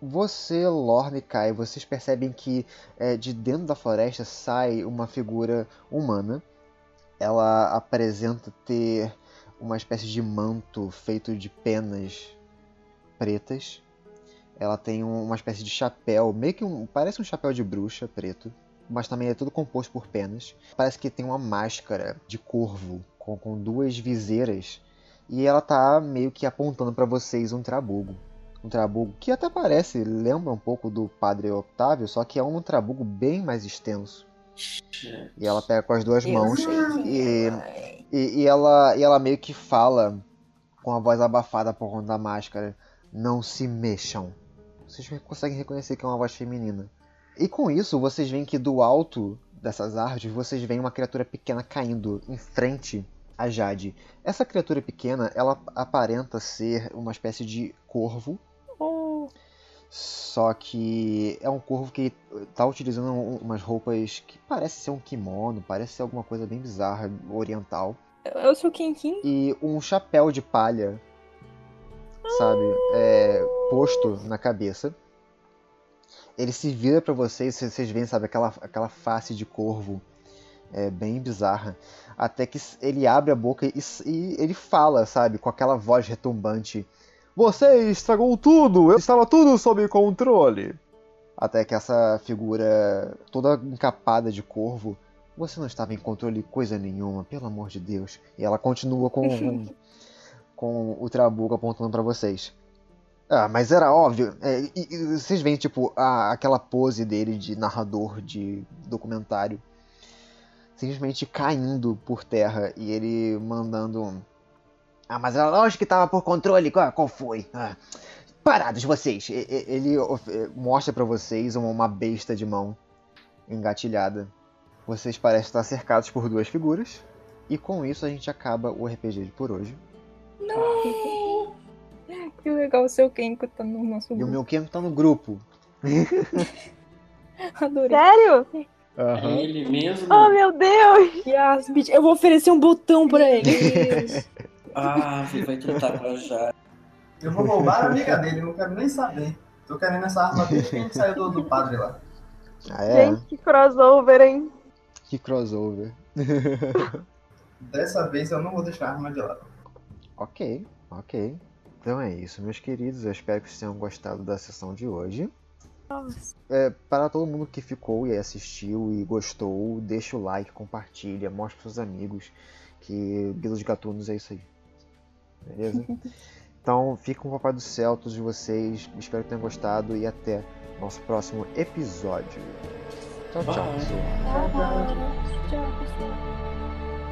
Speaker 1: você, Lorne e Kai, vocês percebem que eh, de dentro da floresta sai uma figura humana. Ela apresenta ter uma espécie de manto feito de penas pretas. Ela tem um- uma espécie de chapéu, meio que um, parece um chapéu de bruxa preto, mas também é todo composto por penas. Parece que tem uma máscara de corvo com- com duas viseiras e ela tá meio que apontando pra vocês um trabugo. Um trabugo que até parece, lembra um pouco do Padre Octávio, só que é um trabugo bem mais extenso. E ela pega com as duas mãos e, e, e ela, e ela meio que fala com a voz abafada por conta da máscara: Não se mexam. Vocês conseguem reconhecer que é uma voz feminina. E com isso, vocês veem que do alto dessas árvores, vocês veem uma criatura pequena caindo em frente a Jade. Essa criatura pequena, ela aparenta ser uma espécie de corvo,
Speaker 3: Oh,
Speaker 1: só que é um corvo que tá utilizando um- umas roupas que parece ser um kimono, parece ser alguma coisa bem bizarra, oriental.
Speaker 3: eu sou É Kenkin.
Speaker 1: E um chapéu de palha, sabe, é, posto na cabeça. Ele se vira pra vocês, vocês vocês veem, sabe, aquela, aquela face de corvo é, bem bizarra. Até que s- ele abre a boca e, s- e ele fala, sabe, com aquela voz retumbante. Você estragou tudo! Eu estava tudo sob controle! Até que essa figura toda encapada de corvo. Você não estava em controle coisa nenhuma, pelo amor de Deus. E ela continua com, com o trabuco apontando para vocês. Ah, mas era óbvio. É, e- e vocês veem, tipo, a- aquela pose dele de narrador de documentário simplesmente caindo por terra e ele mandando. um, Ah, mas era lógico que tava por controle. Qual, qual foi? Ah, parados vocês! E- e- ele of- eh, mostra pra vocês uma- uma besta de mão engatilhada. Vocês parecem estar cercados por duas figuras. E com isso a gente acaba o RPG de por hoje.
Speaker 2: Não!
Speaker 3: Que legal o seu Kenko tá no nosso
Speaker 1: E o
Speaker 3: grupo.
Speaker 1: meu Kemp tá no grupo.
Speaker 3: Adorei.
Speaker 4: Sério?
Speaker 6: É ele mesmo?
Speaker 4: Oh, meu Deus!
Speaker 3: Yes, bitch. Eu vou oferecer um botão pra ele.
Speaker 2: Deus.
Speaker 6: Ah, vai tratar com a Jade.
Speaker 5: Eu vou roubar a amiga dele, não quero nem saber. Tô querendo essa arma desde que a gente saiu do, do padre lá.
Speaker 1: Ah, é?
Speaker 4: Gente, que crossover, hein?
Speaker 1: Que crossover.
Speaker 5: Dessa vez eu não vou deixar a arma de lado.
Speaker 1: Ok, ok. Então é isso, meus queridos. Eu espero que vocês tenham gostado da sessão de hoje. É, para todo mundo que ficou e assistiu e gostou, deixa o like, compartilha, mostra pros seus amigos que Guilda de Gatunos é isso aí. Beleza? então, fica com o Papai do Céu, todos vocês. Espero que tenham gostado e até nosso próximo episódio. Tchau, tchau,
Speaker 6: Bye.
Speaker 1: pessoal.
Speaker 7: Tchau, pessoal.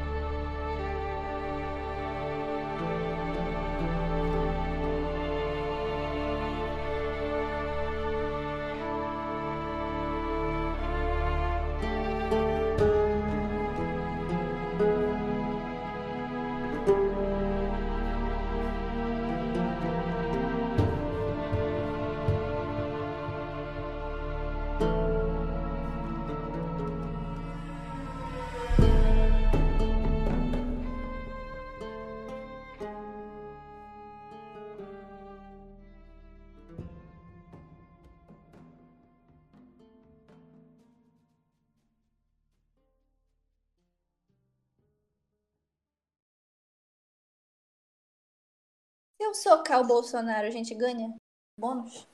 Speaker 2: Se eu socar o Bolsonaro, a gente ganha bônus?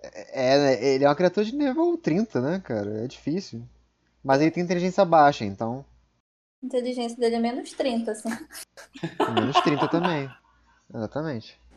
Speaker 1: É, né, ele é uma criatura de nível 30, né, cara? É difícil. Mas ele tem inteligência baixa, então.
Speaker 2: A inteligência dele é menos 30, assim.
Speaker 1: Menos 30 também. Exatamente.